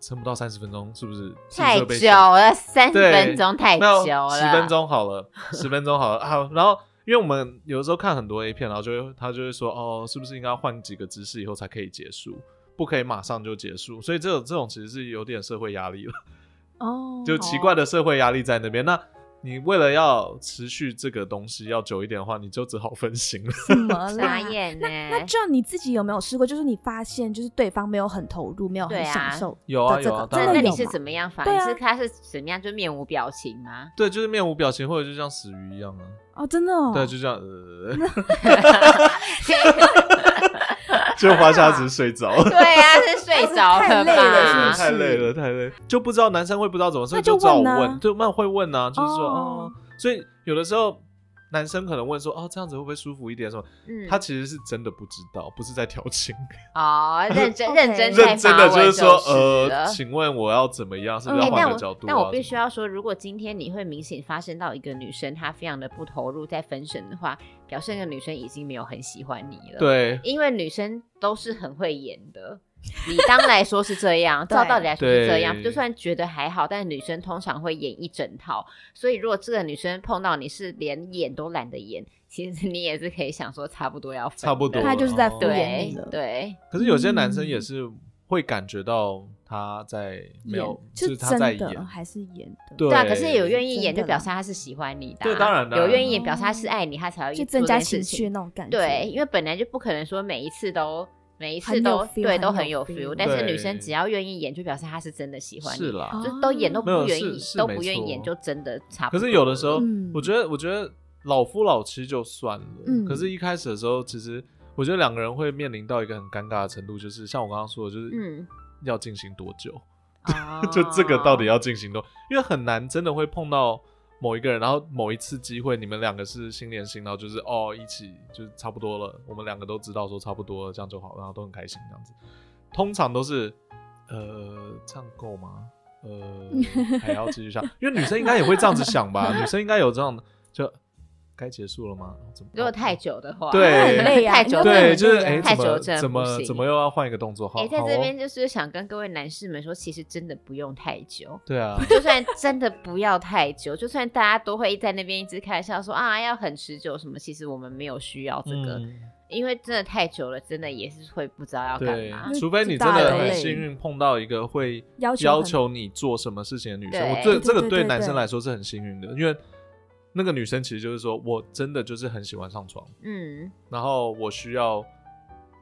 [SPEAKER 2] 撑不到三十分钟，是不是
[SPEAKER 3] 太
[SPEAKER 2] 是不是会被
[SPEAKER 3] 久了，三十
[SPEAKER 2] 对
[SPEAKER 3] 分钟太久
[SPEAKER 2] 没有
[SPEAKER 3] 了，
[SPEAKER 2] 十分钟好了， <laughs> 十分钟好了啊。然后因为我们有时候看很多 A 片，然后啊就会他就会说哦，是不是应该换几个姿势以后才可以结束？不可以马上就结束，所以这种这种其实是有点社会压力了，
[SPEAKER 1] 哦，
[SPEAKER 2] 就奇怪的社会压力在那边。那你为了要持续这个东西要久一点的话，你就只好分心了。
[SPEAKER 3] <laughs>
[SPEAKER 1] 怎么
[SPEAKER 3] 傻
[SPEAKER 1] 啦？
[SPEAKER 3] 眼呢。
[SPEAKER 1] 啊那 John 你自己有没有试过？就是你发现就是对方没有很投入，没有
[SPEAKER 3] 对
[SPEAKER 1] 很
[SPEAKER 3] 啊
[SPEAKER 1] 享受。
[SPEAKER 2] <laughs> 有啊
[SPEAKER 1] 这这
[SPEAKER 2] 有啊
[SPEAKER 1] 个，
[SPEAKER 2] 当
[SPEAKER 3] 那
[SPEAKER 2] 然
[SPEAKER 3] 那
[SPEAKER 1] 真的
[SPEAKER 3] 你
[SPEAKER 1] 有
[SPEAKER 3] 是
[SPEAKER 1] 吗
[SPEAKER 3] 怎么样反
[SPEAKER 1] 对
[SPEAKER 3] 应？
[SPEAKER 1] 啊
[SPEAKER 3] 是他是怎么样？就面无表情吗？ <laughs>
[SPEAKER 2] 对，就是面无表情，或者就像死鱼一样啊。
[SPEAKER 1] 哦，真的哦。
[SPEAKER 2] 对，就这样，
[SPEAKER 1] <laughs>
[SPEAKER 2] 呃，就花下子睡着。
[SPEAKER 3] 对啊，是睡着了
[SPEAKER 1] 太累
[SPEAKER 2] <laughs>
[SPEAKER 1] 了
[SPEAKER 3] 吧
[SPEAKER 1] 是？
[SPEAKER 2] 太累了，太累了，就不知道男生会不知道怎么，所以
[SPEAKER 1] 那就
[SPEAKER 2] 只好
[SPEAKER 1] 问啊
[SPEAKER 2] 问，对，那会问啊，就是说
[SPEAKER 1] 哦
[SPEAKER 2] 哦，所以有的时候男生可能问说哦，这样子会不会舒服一点什么？
[SPEAKER 3] 嗯
[SPEAKER 2] 他其实是真的不知道，不是在调情，
[SPEAKER 3] 哦，认真
[SPEAKER 1] OK
[SPEAKER 3] 认真在
[SPEAKER 2] 认真的
[SPEAKER 3] 发
[SPEAKER 2] 就
[SPEAKER 3] 问
[SPEAKER 2] 是说
[SPEAKER 3] 了
[SPEAKER 2] 呃，请问我要怎么样？是不是
[SPEAKER 1] 哎
[SPEAKER 2] 要
[SPEAKER 3] 欸那
[SPEAKER 2] 换个角
[SPEAKER 3] 我
[SPEAKER 2] 度啊？
[SPEAKER 3] 那我必须
[SPEAKER 2] 要
[SPEAKER 3] 要说，如果今天你会明显发现到一个女生她非常的不投入在分神的话，表示那个女生已经没有很喜欢你了。，
[SPEAKER 2] 对
[SPEAKER 3] 因为女生都是很会演的。你当来说是
[SPEAKER 1] <laughs>
[SPEAKER 3] 这样，
[SPEAKER 1] 对
[SPEAKER 3] 照道理来说是这样，
[SPEAKER 2] 对
[SPEAKER 3] 就算觉得还好，但是女生通常会演一整套，所以如果这个女生碰到你是连演都懒得演，其实你也是可以想说差不多要分的，
[SPEAKER 2] 差不多了，
[SPEAKER 1] 他就是在敷衍
[SPEAKER 3] 对
[SPEAKER 1] 你了
[SPEAKER 3] 对，
[SPEAKER 2] 可是有些男
[SPEAKER 3] 嗯
[SPEAKER 2] 生也是会感觉到他在没有，
[SPEAKER 1] 演
[SPEAKER 2] 就是是他在
[SPEAKER 1] 真的
[SPEAKER 2] 演，
[SPEAKER 1] 还是演的？
[SPEAKER 2] 对
[SPEAKER 3] 对啊，可是有愿意
[SPEAKER 1] 真
[SPEAKER 3] 演，
[SPEAKER 1] 的
[SPEAKER 3] 就
[SPEAKER 1] 啦
[SPEAKER 3] 表示他是喜欢你的啊、
[SPEAKER 2] 对当然当
[SPEAKER 3] 有
[SPEAKER 2] 然
[SPEAKER 3] 愿意演，表示他是
[SPEAKER 1] 哦
[SPEAKER 3] 爱你，他才要
[SPEAKER 1] 就
[SPEAKER 3] 去
[SPEAKER 1] 增
[SPEAKER 3] 做
[SPEAKER 1] 加
[SPEAKER 3] 这
[SPEAKER 1] 情
[SPEAKER 3] 件事
[SPEAKER 1] 绪
[SPEAKER 3] 情。
[SPEAKER 1] 那种感觉。
[SPEAKER 3] 对，因为本来就不可能说每一次都每一次
[SPEAKER 1] 很有
[SPEAKER 3] 都
[SPEAKER 1] feel，
[SPEAKER 3] 对都
[SPEAKER 1] 很
[SPEAKER 3] 很
[SPEAKER 1] 有
[SPEAKER 3] 有
[SPEAKER 1] feel
[SPEAKER 3] feel，但是
[SPEAKER 2] 对
[SPEAKER 3] 女生只要愿意演，就表示她是真的喜欢你，
[SPEAKER 2] 是啦。
[SPEAKER 1] 哦
[SPEAKER 3] 就都演都
[SPEAKER 2] 没有
[SPEAKER 3] 不愿
[SPEAKER 2] 是
[SPEAKER 3] 意
[SPEAKER 2] 是
[SPEAKER 3] 都
[SPEAKER 2] 没
[SPEAKER 3] 不愿意演，
[SPEAKER 2] 错
[SPEAKER 3] 就真的差不
[SPEAKER 2] 可
[SPEAKER 3] 多了。
[SPEAKER 2] 是有的时候
[SPEAKER 1] 嗯，
[SPEAKER 2] 我觉得，我觉得老夫老妻就算了，
[SPEAKER 1] 嗯
[SPEAKER 2] 可是一开始的时候，其实我觉得两个人会面临到一个很尴尬的程度，就是像我刚刚说的，就是
[SPEAKER 3] 嗯，
[SPEAKER 2] 要进行多久？
[SPEAKER 3] 哦
[SPEAKER 2] <laughs> <laughs> 就这个到底要进行多？因为很难真的会碰到某一个人，然后某一次机会，你们两个是心连心，然后就是哦，一起就是差不多了，我们两个都知道说差不多了，这样就好，然后都很开心这样子。通常都是呃，这样够吗？呃，还要继续下，因为女生应该也会这样子想吧？女生应该有这样的，就呃该结束了吗？怎么？
[SPEAKER 3] 如果太久的话，
[SPEAKER 2] <laughs> 对很
[SPEAKER 1] 累啊
[SPEAKER 3] <laughs> 太久
[SPEAKER 1] 因为
[SPEAKER 2] 对，
[SPEAKER 1] 很
[SPEAKER 2] 就是
[SPEAKER 1] 累啊
[SPEAKER 2] 哎，
[SPEAKER 3] 太
[SPEAKER 2] 怎
[SPEAKER 3] 久
[SPEAKER 2] 么
[SPEAKER 3] 真的
[SPEAKER 2] 怎
[SPEAKER 3] 不
[SPEAKER 2] 么
[SPEAKER 3] 行
[SPEAKER 2] 怎么又要换一个动作？好，
[SPEAKER 3] 哎，在
[SPEAKER 2] 好
[SPEAKER 3] 这
[SPEAKER 2] 哦
[SPEAKER 3] 边就是想跟各位男士们说，其实真的不用太久。
[SPEAKER 2] 对啊，
[SPEAKER 3] 就算真的不要太久，就算大家都会在那边一直开玩笑说啊要很持久什么，其实我们没有需 <laughs> 要这个，
[SPEAKER 2] 嗯
[SPEAKER 3] 因为真的太久了，真的也是会不知道要干
[SPEAKER 2] 对
[SPEAKER 3] 嘛，。
[SPEAKER 2] 除非你真
[SPEAKER 1] 大
[SPEAKER 2] 的
[SPEAKER 1] 人
[SPEAKER 2] 很
[SPEAKER 1] 类
[SPEAKER 2] 幸运碰到一个会
[SPEAKER 1] 要求
[SPEAKER 2] 要
[SPEAKER 1] 很
[SPEAKER 2] 求你做什么事情的女生，
[SPEAKER 3] 对
[SPEAKER 2] 我这
[SPEAKER 1] 对
[SPEAKER 2] 这个
[SPEAKER 1] 对
[SPEAKER 2] 对
[SPEAKER 1] 对
[SPEAKER 2] 男生
[SPEAKER 1] 对
[SPEAKER 2] 来说是很幸运的，因为那个女生其实就是说我真的就是很喜欢上床，
[SPEAKER 3] 嗯，
[SPEAKER 2] 然后我需要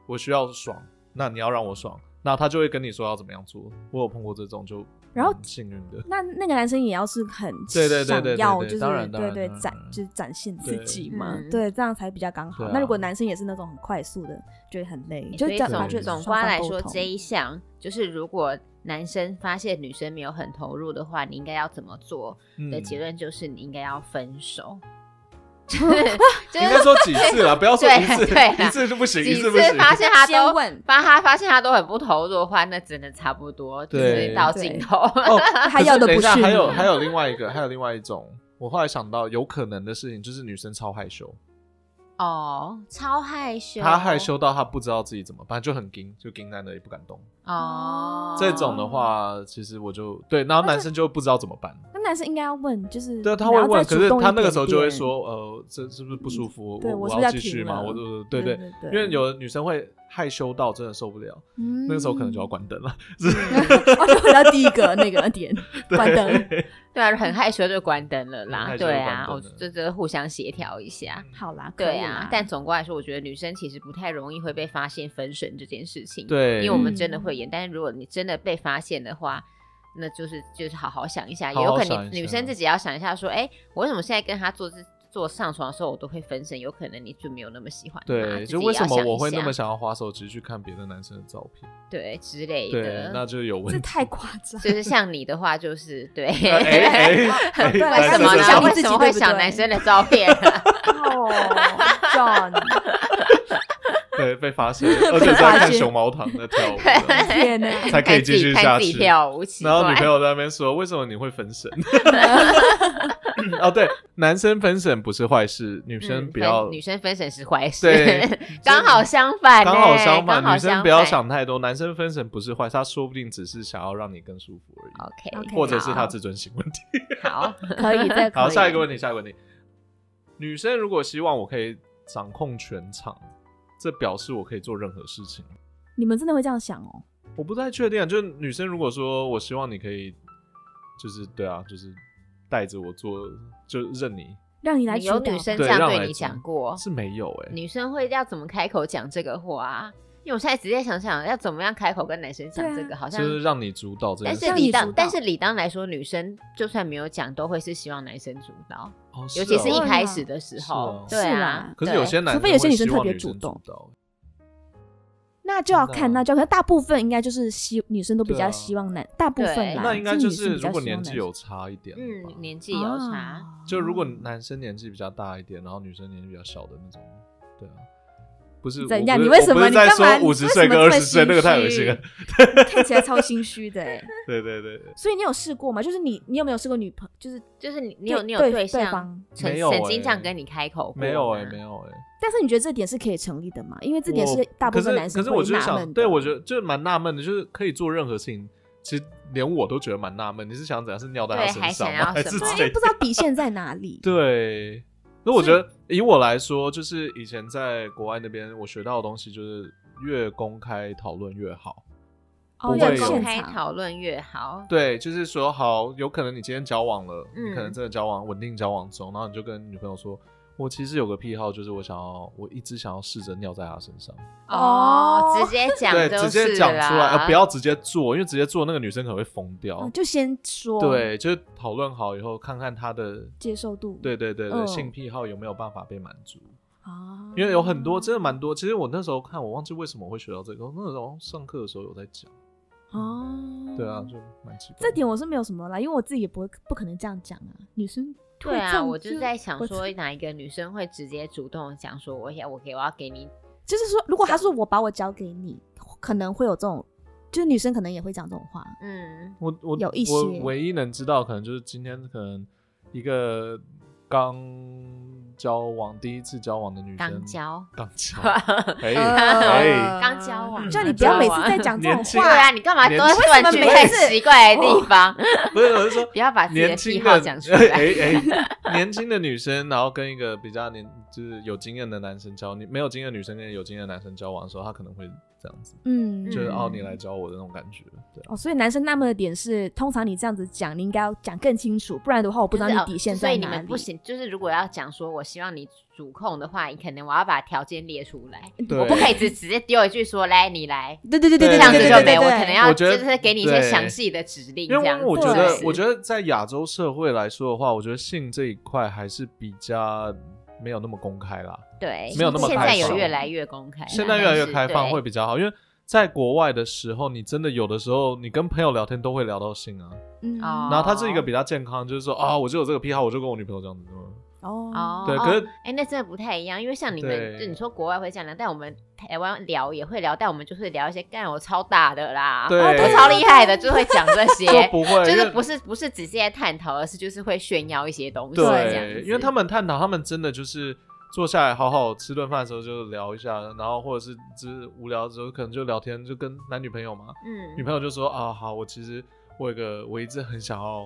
[SPEAKER 2] 我需要爽，那你要让我爽，那他就会跟你说要怎么样做。我有碰过这种就
[SPEAKER 1] 然后
[SPEAKER 2] 蛮幸运的，
[SPEAKER 1] 那那个男生也要是很
[SPEAKER 2] 对对对
[SPEAKER 1] 想
[SPEAKER 2] 对对
[SPEAKER 1] 要，
[SPEAKER 2] 对
[SPEAKER 1] 就是
[SPEAKER 2] 当然嗯当
[SPEAKER 1] 对
[SPEAKER 2] 然
[SPEAKER 1] 对
[SPEAKER 2] 当然
[SPEAKER 1] 展
[SPEAKER 2] 当然
[SPEAKER 1] 就是展现自
[SPEAKER 2] 对
[SPEAKER 1] 己嘛，
[SPEAKER 3] 嗯
[SPEAKER 1] 对，这样才比较刚好
[SPEAKER 2] 对。啊
[SPEAKER 1] 那如果男生也是那种很快速的，就会很累，就
[SPEAKER 3] 所
[SPEAKER 1] 是
[SPEAKER 3] 以
[SPEAKER 1] 这样
[SPEAKER 3] 总
[SPEAKER 1] 就
[SPEAKER 2] 觉得
[SPEAKER 1] 是
[SPEAKER 3] 总
[SPEAKER 1] 双
[SPEAKER 3] 观
[SPEAKER 1] 方
[SPEAKER 3] 来
[SPEAKER 1] 沟
[SPEAKER 3] 说，
[SPEAKER 1] 通
[SPEAKER 3] 这一项就是如果男生发现女生没有很投入的话，你应该要怎么做？
[SPEAKER 2] 嗯
[SPEAKER 3] 的结论就是你应该要分手，就
[SPEAKER 2] 应该
[SPEAKER 3] 是
[SPEAKER 2] 说几次啦，不要说一次，
[SPEAKER 3] <laughs> 对对啦
[SPEAKER 2] 一次就不行，一
[SPEAKER 3] 几
[SPEAKER 2] 次不行。
[SPEAKER 3] 发现他
[SPEAKER 1] <laughs> 先
[SPEAKER 3] 都。
[SPEAKER 1] 问
[SPEAKER 3] 发他发现他都很不投入的话，那真的差不多就是
[SPEAKER 2] 对
[SPEAKER 3] 到尽头。
[SPEAKER 2] 哦，
[SPEAKER 1] 他要的
[SPEAKER 2] 可
[SPEAKER 1] 不
[SPEAKER 2] 等
[SPEAKER 1] 是
[SPEAKER 2] 一下
[SPEAKER 1] 你
[SPEAKER 2] 还有还有另外一个，还有另外一种，我后来想到有可能的事情就是女生超害羞，
[SPEAKER 3] <laughs> 哦，超害羞，
[SPEAKER 1] 哦
[SPEAKER 2] 他害羞到他不知道自己怎么办，就很惊，就惊在那里不敢动。
[SPEAKER 3] 哦。
[SPEAKER 2] 这种的话，其实我就对，然后男生就不知道怎么办。
[SPEAKER 1] 那男生应该要问，就是
[SPEAKER 2] 对啊，他
[SPEAKER 1] 嗯你
[SPEAKER 2] 会
[SPEAKER 1] 要
[SPEAKER 2] 问，
[SPEAKER 1] 再
[SPEAKER 2] 可
[SPEAKER 1] 主
[SPEAKER 2] 是
[SPEAKER 1] 动
[SPEAKER 2] 他
[SPEAKER 1] 一
[SPEAKER 2] 那个
[SPEAKER 1] 点
[SPEAKER 2] 时候就会
[SPEAKER 1] 点，嗯
[SPEAKER 2] 说，呃，这是不是不舒服？
[SPEAKER 1] 对
[SPEAKER 2] 我
[SPEAKER 1] 我是
[SPEAKER 2] 我
[SPEAKER 1] 不是要
[SPEAKER 2] 继续
[SPEAKER 1] 停了
[SPEAKER 2] 吗？我我对
[SPEAKER 1] 对
[SPEAKER 2] 对，
[SPEAKER 1] 对，
[SPEAKER 2] 因为有的女生会害羞到真的受不了，那
[SPEAKER 1] 那
[SPEAKER 2] 个时候可能
[SPEAKER 1] <laughs>
[SPEAKER 2] 就要关灯了。
[SPEAKER 1] 嗯
[SPEAKER 2] <laughs>
[SPEAKER 1] 哦，就回到第一个那个点，关灯。
[SPEAKER 3] 对啊，很害羞就关灯了
[SPEAKER 2] 很
[SPEAKER 3] 啦。
[SPEAKER 2] 害羞就
[SPEAKER 3] 对啊，
[SPEAKER 2] 关
[SPEAKER 3] 我
[SPEAKER 2] 灯了
[SPEAKER 3] 这这互相协调一下。
[SPEAKER 1] 好啦，可
[SPEAKER 3] 对
[SPEAKER 1] 以
[SPEAKER 3] 啊
[SPEAKER 1] 啦，
[SPEAKER 3] 但总观来说，我觉得女生其实不太容易会被发现分神这件事情。，
[SPEAKER 2] 对，
[SPEAKER 3] 因为我们
[SPEAKER 2] 嗯
[SPEAKER 3] 真的会演，但是如果你真的被发现的话，那就是就是好好想一下，
[SPEAKER 2] 好好
[SPEAKER 3] 也有可
[SPEAKER 2] 想一
[SPEAKER 3] 能
[SPEAKER 2] 下哦
[SPEAKER 3] 你女生自己要想一下，说，哎，我为什么现在跟他做这做上床的时候，我都会分神？有可能你就没有那么喜欢他
[SPEAKER 2] 对，
[SPEAKER 3] 啊自己
[SPEAKER 2] 就为什
[SPEAKER 3] 也
[SPEAKER 2] 么
[SPEAKER 3] 要想一
[SPEAKER 2] 我会那么
[SPEAKER 3] 下
[SPEAKER 2] 想要滑手机去看别的男生的照片？
[SPEAKER 3] 对之类
[SPEAKER 2] 对
[SPEAKER 3] 的，？
[SPEAKER 2] 那就有问
[SPEAKER 1] 这
[SPEAKER 2] 题。
[SPEAKER 1] 太夸
[SPEAKER 3] <laughs>
[SPEAKER 1] 张。
[SPEAKER 3] 就是像你的话，就是
[SPEAKER 2] <laughs>
[SPEAKER 3] 对。
[SPEAKER 2] 哎
[SPEAKER 3] <laughs>
[SPEAKER 2] 哎哎，
[SPEAKER 1] 对
[SPEAKER 3] 为
[SPEAKER 1] 来
[SPEAKER 3] 什
[SPEAKER 1] 看
[SPEAKER 3] 么
[SPEAKER 1] 你
[SPEAKER 3] 呢？
[SPEAKER 1] 想
[SPEAKER 3] 为
[SPEAKER 1] 自己
[SPEAKER 3] 什么会
[SPEAKER 1] 对不
[SPEAKER 3] 想
[SPEAKER 1] 对
[SPEAKER 3] 男生的照片啊？
[SPEAKER 1] 哦，John，
[SPEAKER 2] 对，被发现，
[SPEAKER 3] <laughs>
[SPEAKER 2] 而且在看熊猫糖在跳舞。
[SPEAKER 1] 天哪！
[SPEAKER 2] <laughs> 才可以继续下
[SPEAKER 3] 看自己
[SPEAKER 2] 去
[SPEAKER 3] 跳舞，奇怪
[SPEAKER 2] 然后女朋友在那边说：“为什么你会分
[SPEAKER 3] <laughs>
[SPEAKER 2] 神？”哦，对，男生分神不是坏事，女
[SPEAKER 3] 嗯
[SPEAKER 2] 生不
[SPEAKER 3] 分
[SPEAKER 2] 要，
[SPEAKER 3] 女生分神是坏事，
[SPEAKER 2] 对 <laughs>
[SPEAKER 3] <laughs> 刚好相反呢，欸
[SPEAKER 2] 刚好相
[SPEAKER 3] 刚好
[SPEAKER 2] 女生
[SPEAKER 3] 相
[SPEAKER 2] 不要
[SPEAKER 3] 反
[SPEAKER 2] 想太多，男生分神不是坏事，他说不定只是想要让你更舒服而已
[SPEAKER 3] OK，
[SPEAKER 1] OK
[SPEAKER 2] 或者是他
[SPEAKER 3] 好
[SPEAKER 2] 自尊心问题。
[SPEAKER 3] 好，
[SPEAKER 1] <laughs> 可以，再
[SPEAKER 2] 好，下一个问题，下一个问题，女生如果希望我可以掌控全场，这表示我可以做任何事情。
[SPEAKER 1] 你们真的会这样想哦？
[SPEAKER 2] 我不太确定，啊，就是女生如果说我希望你可以，就是对啊，就是带着我做，就任你，
[SPEAKER 1] 让你来
[SPEAKER 3] 有
[SPEAKER 1] 主导
[SPEAKER 3] 女生这
[SPEAKER 2] 对
[SPEAKER 3] 样
[SPEAKER 2] 让
[SPEAKER 3] 对
[SPEAKER 2] 来
[SPEAKER 3] 你
[SPEAKER 2] 讲
[SPEAKER 3] 讲过，
[SPEAKER 2] 是没有哎、
[SPEAKER 3] 女生会要怎么开口讲这个话啊？因为我现在直接想想，要怎么样开口跟男生讲
[SPEAKER 1] 对啊
[SPEAKER 3] 这个，好像
[SPEAKER 2] 就是让你主导这
[SPEAKER 3] 但
[SPEAKER 2] 件
[SPEAKER 3] 是
[SPEAKER 1] 让
[SPEAKER 2] 事
[SPEAKER 1] 你
[SPEAKER 3] 理
[SPEAKER 2] 情。
[SPEAKER 1] 主
[SPEAKER 3] 当
[SPEAKER 1] 导
[SPEAKER 3] 但是理当来说，女生就算没有讲，都会是希望男生主导，
[SPEAKER 2] 哦
[SPEAKER 3] 尤其是一
[SPEAKER 1] 哦
[SPEAKER 3] 开始的时候，
[SPEAKER 2] 是
[SPEAKER 1] 哦
[SPEAKER 3] 对
[SPEAKER 1] 是
[SPEAKER 3] 啊
[SPEAKER 1] 啦。
[SPEAKER 2] 可是
[SPEAKER 3] 对
[SPEAKER 2] 有些男
[SPEAKER 1] 除
[SPEAKER 2] 生，
[SPEAKER 1] 非有些
[SPEAKER 2] 女
[SPEAKER 1] 女生特别主
[SPEAKER 2] 生
[SPEAKER 1] 动
[SPEAKER 2] 导，
[SPEAKER 1] 那就要
[SPEAKER 2] 真
[SPEAKER 1] 看，
[SPEAKER 2] 的啊
[SPEAKER 1] 那就要看。大部分应该就是希女生都比
[SPEAKER 2] 对
[SPEAKER 1] 较
[SPEAKER 2] 啊
[SPEAKER 1] 希望男，大部分
[SPEAKER 3] 对
[SPEAKER 1] 啦，
[SPEAKER 3] 啊
[SPEAKER 2] 那应该
[SPEAKER 1] 真
[SPEAKER 2] 就
[SPEAKER 1] 的女
[SPEAKER 2] 是
[SPEAKER 1] 生
[SPEAKER 2] 如
[SPEAKER 1] 比较希
[SPEAKER 2] 果
[SPEAKER 1] 望
[SPEAKER 2] 年
[SPEAKER 1] 男
[SPEAKER 2] 纪
[SPEAKER 1] 生
[SPEAKER 2] 有差一点吧，
[SPEAKER 3] 嗯，年纪有差，
[SPEAKER 1] 哦
[SPEAKER 2] 就如果男生年纪比较大一点，然后女生年纪比较小的那种，对啊。不是
[SPEAKER 1] 怎
[SPEAKER 2] 我不
[SPEAKER 1] 样
[SPEAKER 2] 是
[SPEAKER 1] 你为什么
[SPEAKER 2] 我不是
[SPEAKER 1] 你
[SPEAKER 2] 在
[SPEAKER 1] 干嘛
[SPEAKER 2] 说五十岁跟
[SPEAKER 1] 为
[SPEAKER 2] 二
[SPEAKER 1] 什么这么
[SPEAKER 2] 十岁那个太恶
[SPEAKER 1] 心
[SPEAKER 2] 心了
[SPEAKER 1] 虚？ <laughs> 看起来超心虚的哎。
[SPEAKER 2] 对对对，对
[SPEAKER 1] 所以你有试过吗？就是你，你有没有试过女朋就是
[SPEAKER 3] 就是你你有
[SPEAKER 1] 对
[SPEAKER 3] 你有
[SPEAKER 1] 对
[SPEAKER 3] 对
[SPEAKER 1] 对
[SPEAKER 3] 象
[SPEAKER 1] 方
[SPEAKER 3] 曾
[SPEAKER 2] 没有
[SPEAKER 3] 曾经这样
[SPEAKER 2] 欸
[SPEAKER 3] 跟你开口过
[SPEAKER 2] 没有哎，
[SPEAKER 3] 吗
[SPEAKER 2] 没有哎，
[SPEAKER 1] 但是你觉得这点是可以成立的嘛？因为这点
[SPEAKER 2] 我
[SPEAKER 1] 是大部
[SPEAKER 2] 可
[SPEAKER 1] 分
[SPEAKER 2] 是
[SPEAKER 1] 男生
[SPEAKER 2] 可是我
[SPEAKER 1] 会
[SPEAKER 2] 就是
[SPEAKER 1] 纳
[SPEAKER 2] 想，
[SPEAKER 1] 闷的。
[SPEAKER 2] 对我觉得就是蛮纳闷的，就是可以做任何事情，其实连我都觉得蛮纳闷。你是想怎样？是尿在他
[SPEAKER 3] 对
[SPEAKER 2] 身
[SPEAKER 3] 还
[SPEAKER 2] 上
[SPEAKER 3] 想
[SPEAKER 2] 吗？
[SPEAKER 3] 要
[SPEAKER 1] <laughs>
[SPEAKER 2] 还
[SPEAKER 3] 什
[SPEAKER 2] 是
[SPEAKER 3] 么
[SPEAKER 1] 对
[SPEAKER 2] 怎
[SPEAKER 1] 因为
[SPEAKER 2] 样
[SPEAKER 1] 不
[SPEAKER 2] <laughs>
[SPEAKER 1] 知道底线在哪里。
[SPEAKER 2] 对，那我觉得以我来说，就是以前在国外那边我学到的东西，就是越公开讨论越好。
[SPEAKER 1] 哦，
[SPEAKER 2] 不
[SPEAKER 1] 要有
[SPEAKER 2] 会
[SPEAKER 3] 越
[SPEAKER 2] 有
[SPEAKER 3] 公
[SPEAKER 1] 现
[SPEAKER 3] 开
[SPEAKER 1] 场，
[SPEAKER 3] 讨论越好。
[SPEAKER 2] 对，就是说好，有可能你今天交往了，
[SPEAKER 3] 嗯
[SPEAKER 2] 你可能真的交往稳定交往中，然后你就跟女朋友说，我其实有个癖好，就是我想要，我一直想要试着尿在她身上。
[SPEAKER 3] 哦，
[SPEAKER 1] 哦
[SPEAKER 3] 直接讲
[SPEAKER 2] 对，
[SPEAKER 3] 就
[SPEAKER 2] 直接
[SPEAKER 3] 是
[SPEAKER 2] 讲出来，
[SPEAKER 3] 啦
[SPEAKER 2] 呃，不要直接做，因为直接做那个女生可能会疯掉。
[SPEAKER 1] 嗯就先说，，
[SPEAKER 2] 对，就是讨论好以后，看看她的，
[SPEAKER 1] 接受度，
[SPEAKER 2] 对对对对，
[SPEAKER 1] 嗯
[SPEAKER 2] 性癖好有没有办法被满足。
[SPEAKER 1] 啊，
[SPEAKER 2] 因为有很多，真的蛮多。其实我那时候看，我忘记为什么会学到这个，那时候上课的时候有在讲。
[SPEAKER 1] 哦，
[SPEAKER 2] 对啊，就蛮奇怪的。
[SPEAKER 1] 这点我是没有什么啦，因为我自己也不会不可能这样讲啊，女生会
[SPEAKER 3] 对
[SPEAKER 1] 这
[SPEAKER 3] 啊，
[SPEAKER 1] 样
[SPEAKER 3] 我就在想
[SPEAKER 1] 我
[SPEAKER 3] 说，哪一个女生会直接主动讲说，我要我给我要给你
[SPEAKER 1] 就是说，如果他说我把我交给你，可能会有这种，就是女生可能也会讲这种话。
[SPEAKER 3] 嗯，
[SPEAKER 2] 我我
[SPEAKER 1] 有一
[SPEAKER 2] 我
[SPEAKER 1] 些
[SPEAKER 2] 唯一能知道，可能就是今天可能一个刚交往第一次交往的女生，
[SPEAKER 3] 刚
[SPEAKER 2] <laughs>
[SPEAKER 3] 交， <laughs>
[SPEAKER 2] 刚交，
[SPEAKER 1] <laughs>
[SPEAKER 2] 哎
[SPEAKER 1] 呃
[SPEAKER 2] 哎，
[SPEAKER 3] 刚交往，
[SPEAKER 1] 叫你不要每次在讲这种
[SPEAKER 2] 年轻
[SPEAKER 3] 对
[SPEAKER 1] 话，
[SPEAKER 3] 啊，你干嘛都会断去
[SPEAKER 1] 年轻为什么
[SPEAKER 3] 太
[SPEAKER 1] 每次
[SPEAKER 3] 奇怪的地方？
[SPEAKER 2] 不是我是说
[SPEAKER 3] 不要把自己的
[SPEAKER 2] 哦年
[SPEAKER 3] 癖
[SPEAKER 2] 轻
[SPEAKER 3] 好
[SPEAKER 2] 的
[SPEAKER 3] 讲出
[SPEAKER 2] 哎
[SPEAKER 3] 来。
[SPEAKER 2] 哎哎，年轻的女生，然后跟一个比较年就是有经验的男生交，你没有经验的女生跟有经验的男生交往的时候，她可能会这样子，
[SPEAKER 1] 嗯，
[SPEAKER 2] 就是
[SPEAKER 3] 嗯
[SPEAKER 2] 哦你来教我的那种感觉，对啊。
[SPEAKER 1] 哦，所以男生纳闷的点是，通常你这样子讲，你应该要讲更清楚，不然的话， <laughs> 我不知道
[SPEAKER 3] 就
[SPEAKER 1] 你
[SPEAKER 3] 是哦
[SPEAKER 1] 底线
[SPEAKER 3] 所
[SPEAKER 1] 在
[SPEAKER 3] 以你
[SPEAKER 1] 哪
[SPEAKER 3] 们
[SPEAKER 1] 里。
[SPEAKER 3] 不行，就是如果要讲说，我希望你主控的话，你可能我要把条件列出来，
[SPEAKER 1] 嗯 <laughs>
[SPEAKER 2] 对
[SPEAKER 3] 我不可以只直接丢一句说来你来，
[SPEAKER 1] 对对对对对，
[SPEAKER 3] 这
[SPEAKER 2] 这
[SPEAKER 1] 对
[SPEAKER 3] 样子
[SPEAKER 1] 对
[SPEAKER 3] 就
[SPEAKER 1] 对
[SPEAKER 3] 没，我
[SPEAKER 1] 对
[SPEAKER 3] 可能要
[SPEAKER 2] 我觉
[SPEAKER 3] 就
[SPEAKER 2] 得
[SPEAKER 3] 是给你一些
[SPEAKER 2] 对
[SPEAKER 3] 详细的指令，
[SPEAKER 2] 因
[SPEAKER 3] 这
[SPEAKER 2] 为
[SPEAKER 3] 样
[SPEAKER 2] 我
[SPEAKER 1] 子
[SPEAKER 2] 觉得，
[SPEAKER 1] 对
[SPEAKER 2] 我觉得在亚洲社会来说的话，我觉得性这一块还是比较没有那么公开啦。
[SPEAKER 3] 对
[SPEAKER 2] 没有那么
[SPEAKER 3] 现
[SPEAKER 2] 开
[SPEAKER 3] 在有
[SPEAKER 2] 放
[SPEAKER 3] 越来越公开啦，
[SPEAKER 2] 现在越来
[SPEAKER 3] 但
[SPEAKER 2] 越
[SPEAKER 3] 哎是
[SPEAKER 2] 开放
[SPEAKER 3] 对
[SPEAKER 2] 会比较好，因为在国外的时候，你真的有的时候你跟朋友聊天都会聊到性啊。
[SPEAKER 1] 嗯
[SPEAKER 3] 哦
[SPEAKER 2] 然后它是一个比较健康，就是说啊，我就有这个癖好，我就跟我女朋友这样子。
[SPEAKER 1] 哦
[SPEAKER 3] 哦，
[SPEAKER 2] 对
[SPEAKER 3] 哦
[SPEAKER 2] 可是
[SPEAKER 3] 哎、那真的不太一样，因为像你们，
[SPEAKER 2] 对
[SPEAKER 3] 就你说国外会这样聊，但我们台湾聊也会聊，但我们就是聊一些干我超大的啦，
[SPEAKER 2] 对
[SPEAKER 3] 我超厉害的，就会讲这些，
[SPEAKER 2] <laughs> 就不会，
[SPEAKER 3] 就是
[SPEAKER 2] 因为
[SPEAKER 3] 不是不是只是在探讨，而是就是会炫耀一些东西这样子
[SPEAKER 2] 对，因为他们探讨，他们真的就是坐下来好好吃顿饭的时候就聊一下，然后或者是就是无聊的时候可能就聊天，就跟男女朋友嘛，
[SPEAKER 3] 嗯，
[SPEAKER 2] 女朋友就说啊，好，我其实我有个，我一直很想要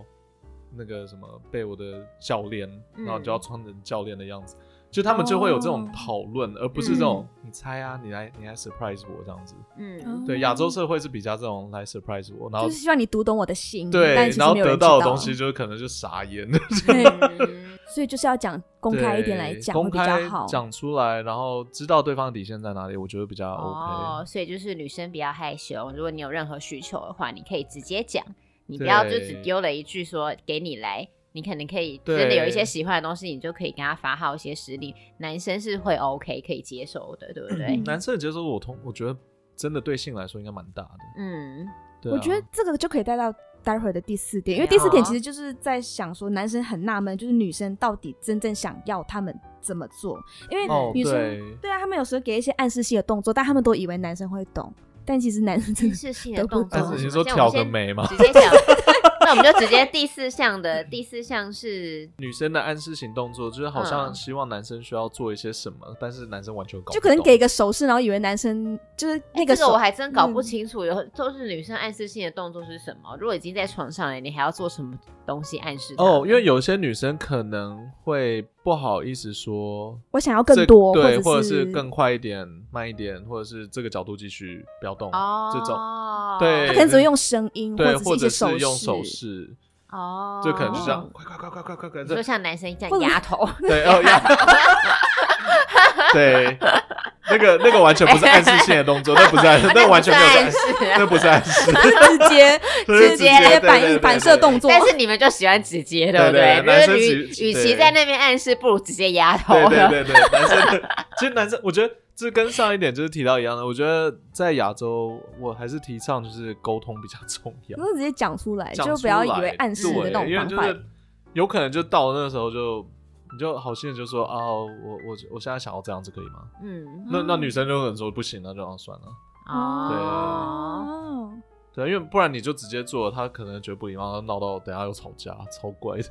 [SPEAKER 2] 那个什么被我的教练，
[SPEAKER 3] 嗯
[SPEAKER 2] 然后就要穿成教练的样子，就他们就会有这
[SPEAKER 1] 哦
[SPEAKER 2] 种讨论，而不是这种、
[SPEAKER 1] 嗯
[SPEAKER 2] 你猜啊，你来你来 surprise 我这样子。
[SPEAKER 3] 嗯
[SPEAKER 2] 对，亚洲社会是比较这种来 surprise 我，
[SPEAKER 3] 哦
[SPEAKER 2] 然后、
[SPEAKER 1] 就是希望你读懂我的心，但
[SPEAKER 2] 对，
[SPEAKER 1] 其
[SPEAKER 2] 然
[SPEAKER 1] 实
[SPEAKER 2] 后
[SPEAKER 1] 没有人
[SPEAKER 2] 得
[SPEAKER 1] 知
[SPEAKER 2] 到
[SPEAKER 1] 道啊
[SPEAKER 2] 的东西，就是可能就傻眼，
[SPEAKER 3] 嗯，
[SPEAKER 1] <laughs> 所以就是要讲公开一点来
[SPEAKER 2] 对
[SPEAKER 1] 讲会
[SPEAKER 2] 公
[SPEAKER 1] 比
[SPEAKER 2] 开
[SPEAKER 1] 较好。
[SPEAKER 2] 讲出来，然后知道对方的底线在哪里，我觉得比较 OK。
[SPEAKER 3] 哦，所以就是女生比较害羞，如果你有任何需求的话，你可以直接讲，你不
[SPEAKER 2] 对
[SPEAKER 3] 要就只丢了一句说给你来，你可能可以
[SPEAKER 2] 对
[SPEAKER 3] 真的有一些喜欢的东西，你就可以跟他发号一些指令，男生是会 OK 可以接受的，对不对
[SPEAKER 2] <clears throat>
[SPEAKER 1] 嗯？
[SPEAKER 2] 男生的接受度，我通我觉得真的对性来说应该蛮大的。
[SPEAKER 3] 嗯，
[SPEAKER 2] 对啊、
[SPEAKER 1] 我觉得这个就可以带到待会儿的第四点，因为第四点其实就是在想说，男生很纳闷，就是女生到底真正想要他们怎么做，因为
[SPEAKER 2] 哦，
[SPEAKER 1] 女生、
[SPEAKER 2] 对。
[SPEAKER 1] 对啊，他们有时候给一些暗示性的动作，但他们都以为男生会懂，但其实男生真
[SPEAKER 3] 姿
[SPEAKER 1] 的是
[SPEAKER 3] 势
[SPEAKER 1] <laughs>
[SPEAKER 3] 性的动作
[SPEAKER 2] 但
[SPEAKER 3] 是什
[SPEAKER 2] 是
[SPEAKER 1] 嗯
[SPEAKER 3] 么，
[SPEAKER 2] 你说
[SPEAKER 3] 像
[SPEAKER 2] 挑
[SPEAKER 3] 我
[SPEAKER 2] 个
[SPEAKER 3] 先
[SPEAKER 2] 眉吗？
[SPEAKER 3] 直接讲， <laughs> 那我们就直接第四项的第四项是
[SPEAKER 2] 女生的暗示型动作就是好像
[SPEAKER 3] 嗯
[SPEAKER 2] 希望男生需要做一些什么，但是男生完全搞不懂
[SPEAKER 1] 就可能给一个手势，然后以为男生就是那
[SPEAKER 3] 哎这
[SPEAKER 1] 个
[SPEAKER 3] 个
[SPEAKER 1] 手。嗯
[SPEAKER 3] 我还真搞不清楚，有都是女生暗示性的动作是什么？如果已经在床上了，你还要做什么东西暗示她呢？
[SPEAKER 2] 哦，因为有些女生可能会不好意思说
[SPEAKER 1] 我想要更多，
[SPEAKER 2] 这对，或
[SPEAKER 1] 者
[SPEAKER 2] 是更快一点、慢一点，或者是这个角度继续不要动、
[SPEAKER 3] 哦
[SPEAKER 2] 这种，
[SPEAKER 1] 他
[SPEAKER 2] 对
[SPEAKER 1] 可能只会用声音，
[SPEAKER 2] 对，
[SPEAKER 1] 或
[SPEAKER 2] 或
[SPEAKER 1] 者
[SPEAKER 2] 者
[SPEAKER 1] 是一
[SPEAKER 2] 是
[SPEAKER 1] 些
[SPEAKER 2] 用
[SPEAKER 1] 手
[SPEAKER 2] 手
[SPEAKER 1] 势。
[SPEAKER 2] 势，
[SPEAKER 3] 哦，
[SPEAKER 2] 就可能就这样，快快快快快快快，
[SPEAKER 3] 你说
[SPEAKER 2] 这
[SPEAKER 3] 像男生这
[SPEAKER 1] 或
[SPEAKER 3] 样
[SPEAKER 1] 者
[SPEAKER 3] 压头，
[SPEAKER 2] 对 <laughs> 哦，
[SPEAKER 1] <laughs>
[SPEAKER 2] 呀对，那个那个完全不是暗示性的动作，那
[SPEAKER 3] <laughs>
[SPEAKER 2] 不是
[SPEAKER 1] <laughs>
[SPEAKER 2] 暗示，那完全没有在
[SPEAKER 3] 暗
[SPEAKER 2] 暗示，
[SPEAKER 3] 示啊
[SPEAKER 2] 那。不是暗示，
[SPEAKER 1] <laughs> 直接
[SPEAKER 2] 那是
[SPEAKER 1] 直
[SPEAKER 2] 直
[SPEAKER 1] 接
[SPEAKER 2] 接
[SPEAKER 1] 反
[SPEAKER 2] 对对
[SPEAKER 1] 应
[SPEAKER 2] 对
[SPEAKER 1] 反
[SPEAKER 2] 对
[SPEAKER 1] 射
[SPEAKER 2] 对
[SPEAKER 1] 动作，
[SPEAKER 3] <laughs> 但
[SPEAKER 1] <laughs>
[SPEAKER 3] 是你们就喜欢直接，对不
[SPEAKER 2] 对
[SPEAKER 3] 就是
[SPEAKER 2] 对男生
[SPEAKER 3] 与
[SPEAKER 2] 直
[SPEAKER 3] 与
[SPEAKER 2] 对
[SPEAKER 3] 其在那边暗示，不如直接压头
[SPEAKER 2] 对
[SPEAKER 3] 了。
[SPEAKER 2] 对
[SPEAKER 1] <laughs>
[SPEAKER 2] 对对，男生的，其实男生，我觉得这跟上一点就是提到一样的，我觉得在亚洲，我还是提倡就是沟通比较重要
[SPEAKER 1] 不，是直接讲出来，
[SPEAKER 2] 讲
[SPEAKER 1] 嗯就
[SPEAKER 2] 出
[SPEAKER 1] 不要以
[SPEAKER 2] 来
[SPEAKER 1] 为暗示的
[SPEAKER 2] 对
[SPEAKER 1] 那种
[SPEAKER 2] 因为
[SPEAKER 1] 方
[SPEAKER 2] 就
[SPEAKER 1] 法。
[SPEAKER 2] 是有可能就到了那时候就。你就好心的就说啊，我我我现在想要这样子可以吗？
[SPEAKER 3] <laughs> 嗯，
[SPEAKER 2] 那那
[SPEAKER 1] 嗯
[SPEAKER 2] 女生就可能说不行，那就让她算了。
[SPEAKER 3] 哦，
[SPEAKER 1] 哦，
[SPEAKER 2] 对，因为不然你就直接做了，她可能觉得不礼貌，闹到等下又吵架，超怪的。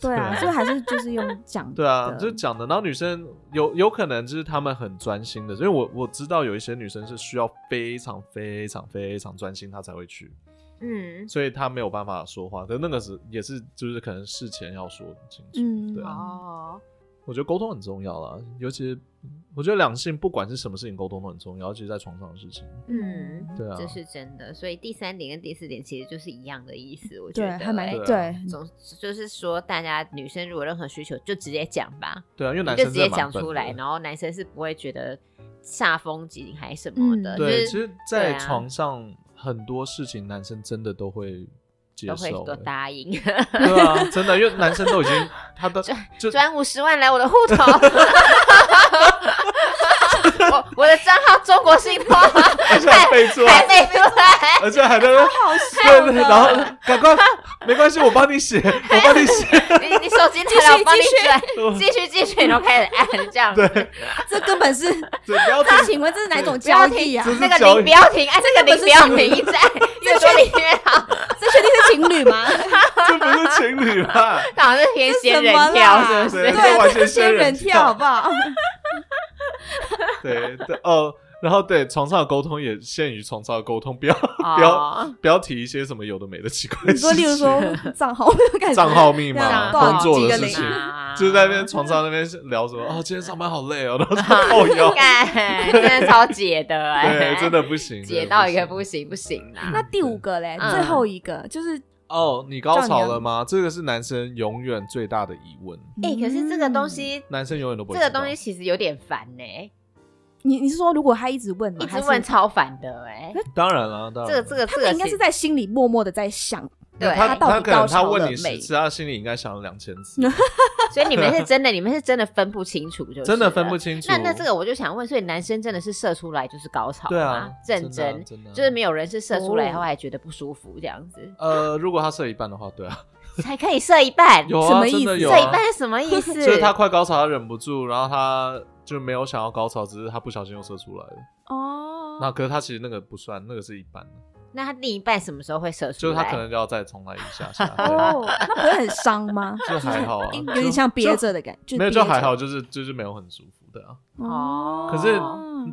[SPEAKER 1] 对啊，
[SPEAKER 2] 对啊
[SPEAKER 1] 所以还是就是用讲的。
[SPEAKER 2] 对啊，就是讲的。然后女生有有可能就是她们很专心的，因为我我知道有一些女生是需要非常非常非常专心，她才会去，
[SPEAKER 3] 嗯，
[SPEAKER 2] 所以她没有办法说话。可是那个是也是就是可能事前要说清楚。
[SPEAKER 1] 嗯
[SPEAKER 2] 对啊
[SPEAKER 3] 哦，
[SPEAKER 2] 我觉得沟通很重要啦，尤其是我觉得两性不管是什么事情，沟通都很重要，尤其是在床上的事情。
[SPEAKER 3] 嗯，
[SPEAKER 2] 对啊
[SPEAKER 3] 这是真的。所以第三点跟第四点其实就是一样的意思，我觉
[SPEAKER 1] 对，
[SPEAKER 3] 得
[SPEAKER 1] 还蛮
[SPEAKER 3] 哎
[SPEAKER 2] 对啊
[SPEAKER 1] 对，
[SPEAKER 3] 总就是说，大家女生如果有任何需求就直接讲吧，
[SPEAKER 2] 对啊，因为
[SPEAKER 3] 你
[SPEAKER 2] 男
[SPEAKER 3] 就
[SPEAKER 2] 生
[SPEAKER 3] 直接
[SPEAKER 2] 真的蛮
[SPEAKER 3] 讲
[SPEAKER 2] 笨
[SPEAKER 3] 出
[SPEAKER 2] 的
[SPEAKER 3] 来，然后男生是不会觉得煞风景还什么的，
[SPEAKER 1] 嗯
[SPEAKER 3] 就
[SPEAKER 2] 对，其
[SPEAKER 3] 是
[SPEAKER 2] 实，在
[SPEAKER 3] 对啊
[SPEAKER 2] 床上很多事情，男生真的都会接
[SPEAKER 3] 都会
[SPEAKER 2] 受
[SPEAKER 3] 都
[SPEAKER 2] 欸，
[SPEAKER 3] 答应。
[SPEAKER 2] 对啊，真的，因为男生都已经
[SPEAKER 3] <laughs>
[SPEAKER 2] 他的就
[SPEAKER 3] 转五十万来我的户头。我我的账号中国信托还
[SPEAKER 2] 而且还备注啊，
[SPEAKER 3] 没出来，
[SPEAKER 2] 而且还在那
[SPEAKER 1] 好
[SPEAKER 2] 对
[SPEAKER 1] 笑
[SPEAKER 2] 对，
[SPEAKER 1] 的。
[SPEAKER 2] 然后赶快，没关系，我帮你写，我帮
[SPEAKER 3] <laughs>
[SPEAKER 2] 你写，
[SPEAKER 3] 你你手机拿来我帮你
[SPEAKER 1] 继续
[SPEAKER 3] 转，继续继续，然后开始按这样子。
[SPEAKER 1] 这根本是，
[SPEAKER 2] 对，不要
[SPEAKER 1] 这
[SPEAKER 2] 停，
[SPEAKER 1] 请问这是
[SPEAKER 2] <laughs>
[SPEAKER 1] 哪种
[SPEAKER 3] 不要
[SPEAKER 1] 交
[SPEAKER 3] 停
[SPEAKER 1] 易啊？
[SPEAKER 2] 这
[SPEAKER 3] 那
[SPEAKER 2] 是
[SPEAKER 3] 个
[SPEAKER 2] 交
[SPEAKER 3] 零
[SPEAKER 2] 易
[SPEAKER 3] 不要停，按这个零不要停， <laughs> 一直按，越多零越好，
[SPEAKER 1] 这确定是情侣
[SPEAKER 3] <laughs>
[SPEAKER 1] 吗？
[SPEAKER 2] 这不是情侣吧？
[SPEAKER 3] 这好像是天
[SPEAKER 1] 什
[SPEAKER 3] 仙人
[SPEAKER 1] 么
[SPEAKER 3] 跳，
[SPEAKER 1] 啦
[SPEAKER 3] 是不是？
[SPEAKER 1] 对
[SPEAKER 2] 对这
[SPEAKER 1] 啊，
[SPEAKER 2] 完
[SPEAKER 1] 这
[SPEAKER 2] 全
[SPEAKER 1] 是
[SPEAKER 2] 仙
[SPEAKER 1] 仙
[SPEAKER 2] 人
[SPEAKER 1] 人
[SPEAKER 2] 跳
[SPEAKER 1] 跳，好不好？
[SPEAKER 2] 对对哦，然后对床上的沟通也限于床上的沟通，不要 <laughs> 不要
[SPEAKER 3] 哦，
[SPEAKER 2] 不要提一些什么有的没的奇怪的
[SPEAKER 1] 你
[SPEAKER 2] 事
[SPEAKER 1] 说，
[SPEAKER 2] 情，
[SPEAKER 1] 例如说 <laughs> 账号，感觉
[SPEAKER 2] 账号密
[SPEAKER 1] 这
[SPEAKER 2] 码、
[SPEAKER 1] 样
[SPEAKER 2] 工作的
[SPEAKER 1] 几个
[SPEAKER 2] 事
[SPEAKER 1] 零
[SPEAKER 2] 情。
[SPEAKER 3] 啊
[SPEAKER 2] 就是在那边床上那边聊什么哦，今天上班好累哦，然后靠腰，
[SPEAKER 3] <laughs> 干，真的超解的，哎
[SPEAKER 2] 对，真的不行，
[SPEAKER 3] <laughs> 解到一个
[SPEAKER 2] 不
[SPEAKER 3] 不
[SPEAKER 2] 行
[SPEAKER 3] 行不行啦。
[SPEAKER 1] <laughs> 那第五个嘞，
[SPEAKER 3] 嗯
[SPEAKER 1] 最后一个就是，
[SPEAKER 2] 哦。你高潮了吗？这个是男生永远最大的疑问，
[SPEAKER 3] 哎，可是这个东
[SPEAKER 1] 嗯
[SPEAKER 3] 西，
[SPEAKER 2] 男生永远都不会
[SPEAKER 3] 这
[SPEAKER 2] 知道。
[SPEAKER 3] 个东西其实有点烦呢，
[SPEAKER 1] 你你是说如果他一直问吗，
[SPEAKER 3] 一直
[SPEAKER 1] 嗯还是
[SPEAKER 3] 问超烦的哎。
[SPEAKER 2] 当然了，当然
[SPEAKER 3] 这
[SPEAKER 2] 啦
[SPEAKER 3] 个这个这
[SPEAKER 1] 他
[SPEAKER 3] 个
[SPEAKER 1] 应该是在心里默默的在想，
[SPEAKER 3] 对
[SPEAKER 2] 他
[SPEAKER 1] 他到底
[SPEAKER 2] 可能
[SPEAKER 1] 高
[SPEAKER 2] 他
[SPEAKER 1] 潮
[SPEAKER 2] 问
[SPEAKER 1] 了
[SPEAKER 2] 你
[SPEAKER 1] 没
[SPEAKER 2] 十？次，他心里应该想了两千
[SPEAKER 3] <laughs>
[SPEAKER 2] 次，
[SPEAKER 3] 所以你们是真的，你们是真的分不清楚，就是
[SPEAKER 2] 真的分
[SPEAKER 3] 了
[SPEAKER 2] 不清楚。
[SPEAKER 3] 那那这个我就想问，所以男生真的是射出来就是高潮吗？
[SPEAKER 2] 对啊，
[SPEAKER 3] 认
[SPEAKER 2] 的啊
[SPEAKER 3] 真，
[SPEAKER 2] 真的
[SPEAKER 3] 就是没有人是射出来以后
[SPEAKER 1] 哦
[SPEAKER 3] 还觉得不舒服这样子，
[SPEAKER 2] 呃，如果他射一半的话，对
[SPEAKER 3] <laughs>
[SPEAKER 2] 啊，
[SPEAKER 3] 才可以射一半。
[SPEAKER 2] 有
[SPEAKER 1] 什
[SPEAKER 2] 啊，
[SPEAKER 1] 么意
[SPEAKER 2] 真的
[SPEAKER 1] 思
[SPEAKER 2] 有
[SPEAKER 3] 射一
[SPEAKER 2] 啊
[SPEAKER 3] 半，是什么意思？
[SPEAKER 2] <laughs> 就是他快高潮，他忍不住，然后他就没有想要高潮，只是他不小心又射出来了。
[SPEAKER 1] 哦，
[SPEAKER 2] 那可是他其实那个不算，那个是一半的，
[SPEAKER 3] 那他另一半什么时候会射出
[SPEAKER 2] 就是
[SPEAKER 3] 来？
[SPEAKER 2] 他可能就要再重来一下
[SPEAKER 3] <laughs>
[SPEAKER 2] 下，对啊
[SPEAKER 1] 哦，那不会很伤吗？
[SPEAKER 2] <laughs> 就还好啊，
[SPEAKER 1] 有点像憋着的感觉，
[SPEAKER 2] 没有
[SPEAKER 1] 憋着
[SPEAKER 2] 就还好，就是就是没有很舒服的啊。
[SPEAKER 1] 哦。
[SPEAKER 2] 可是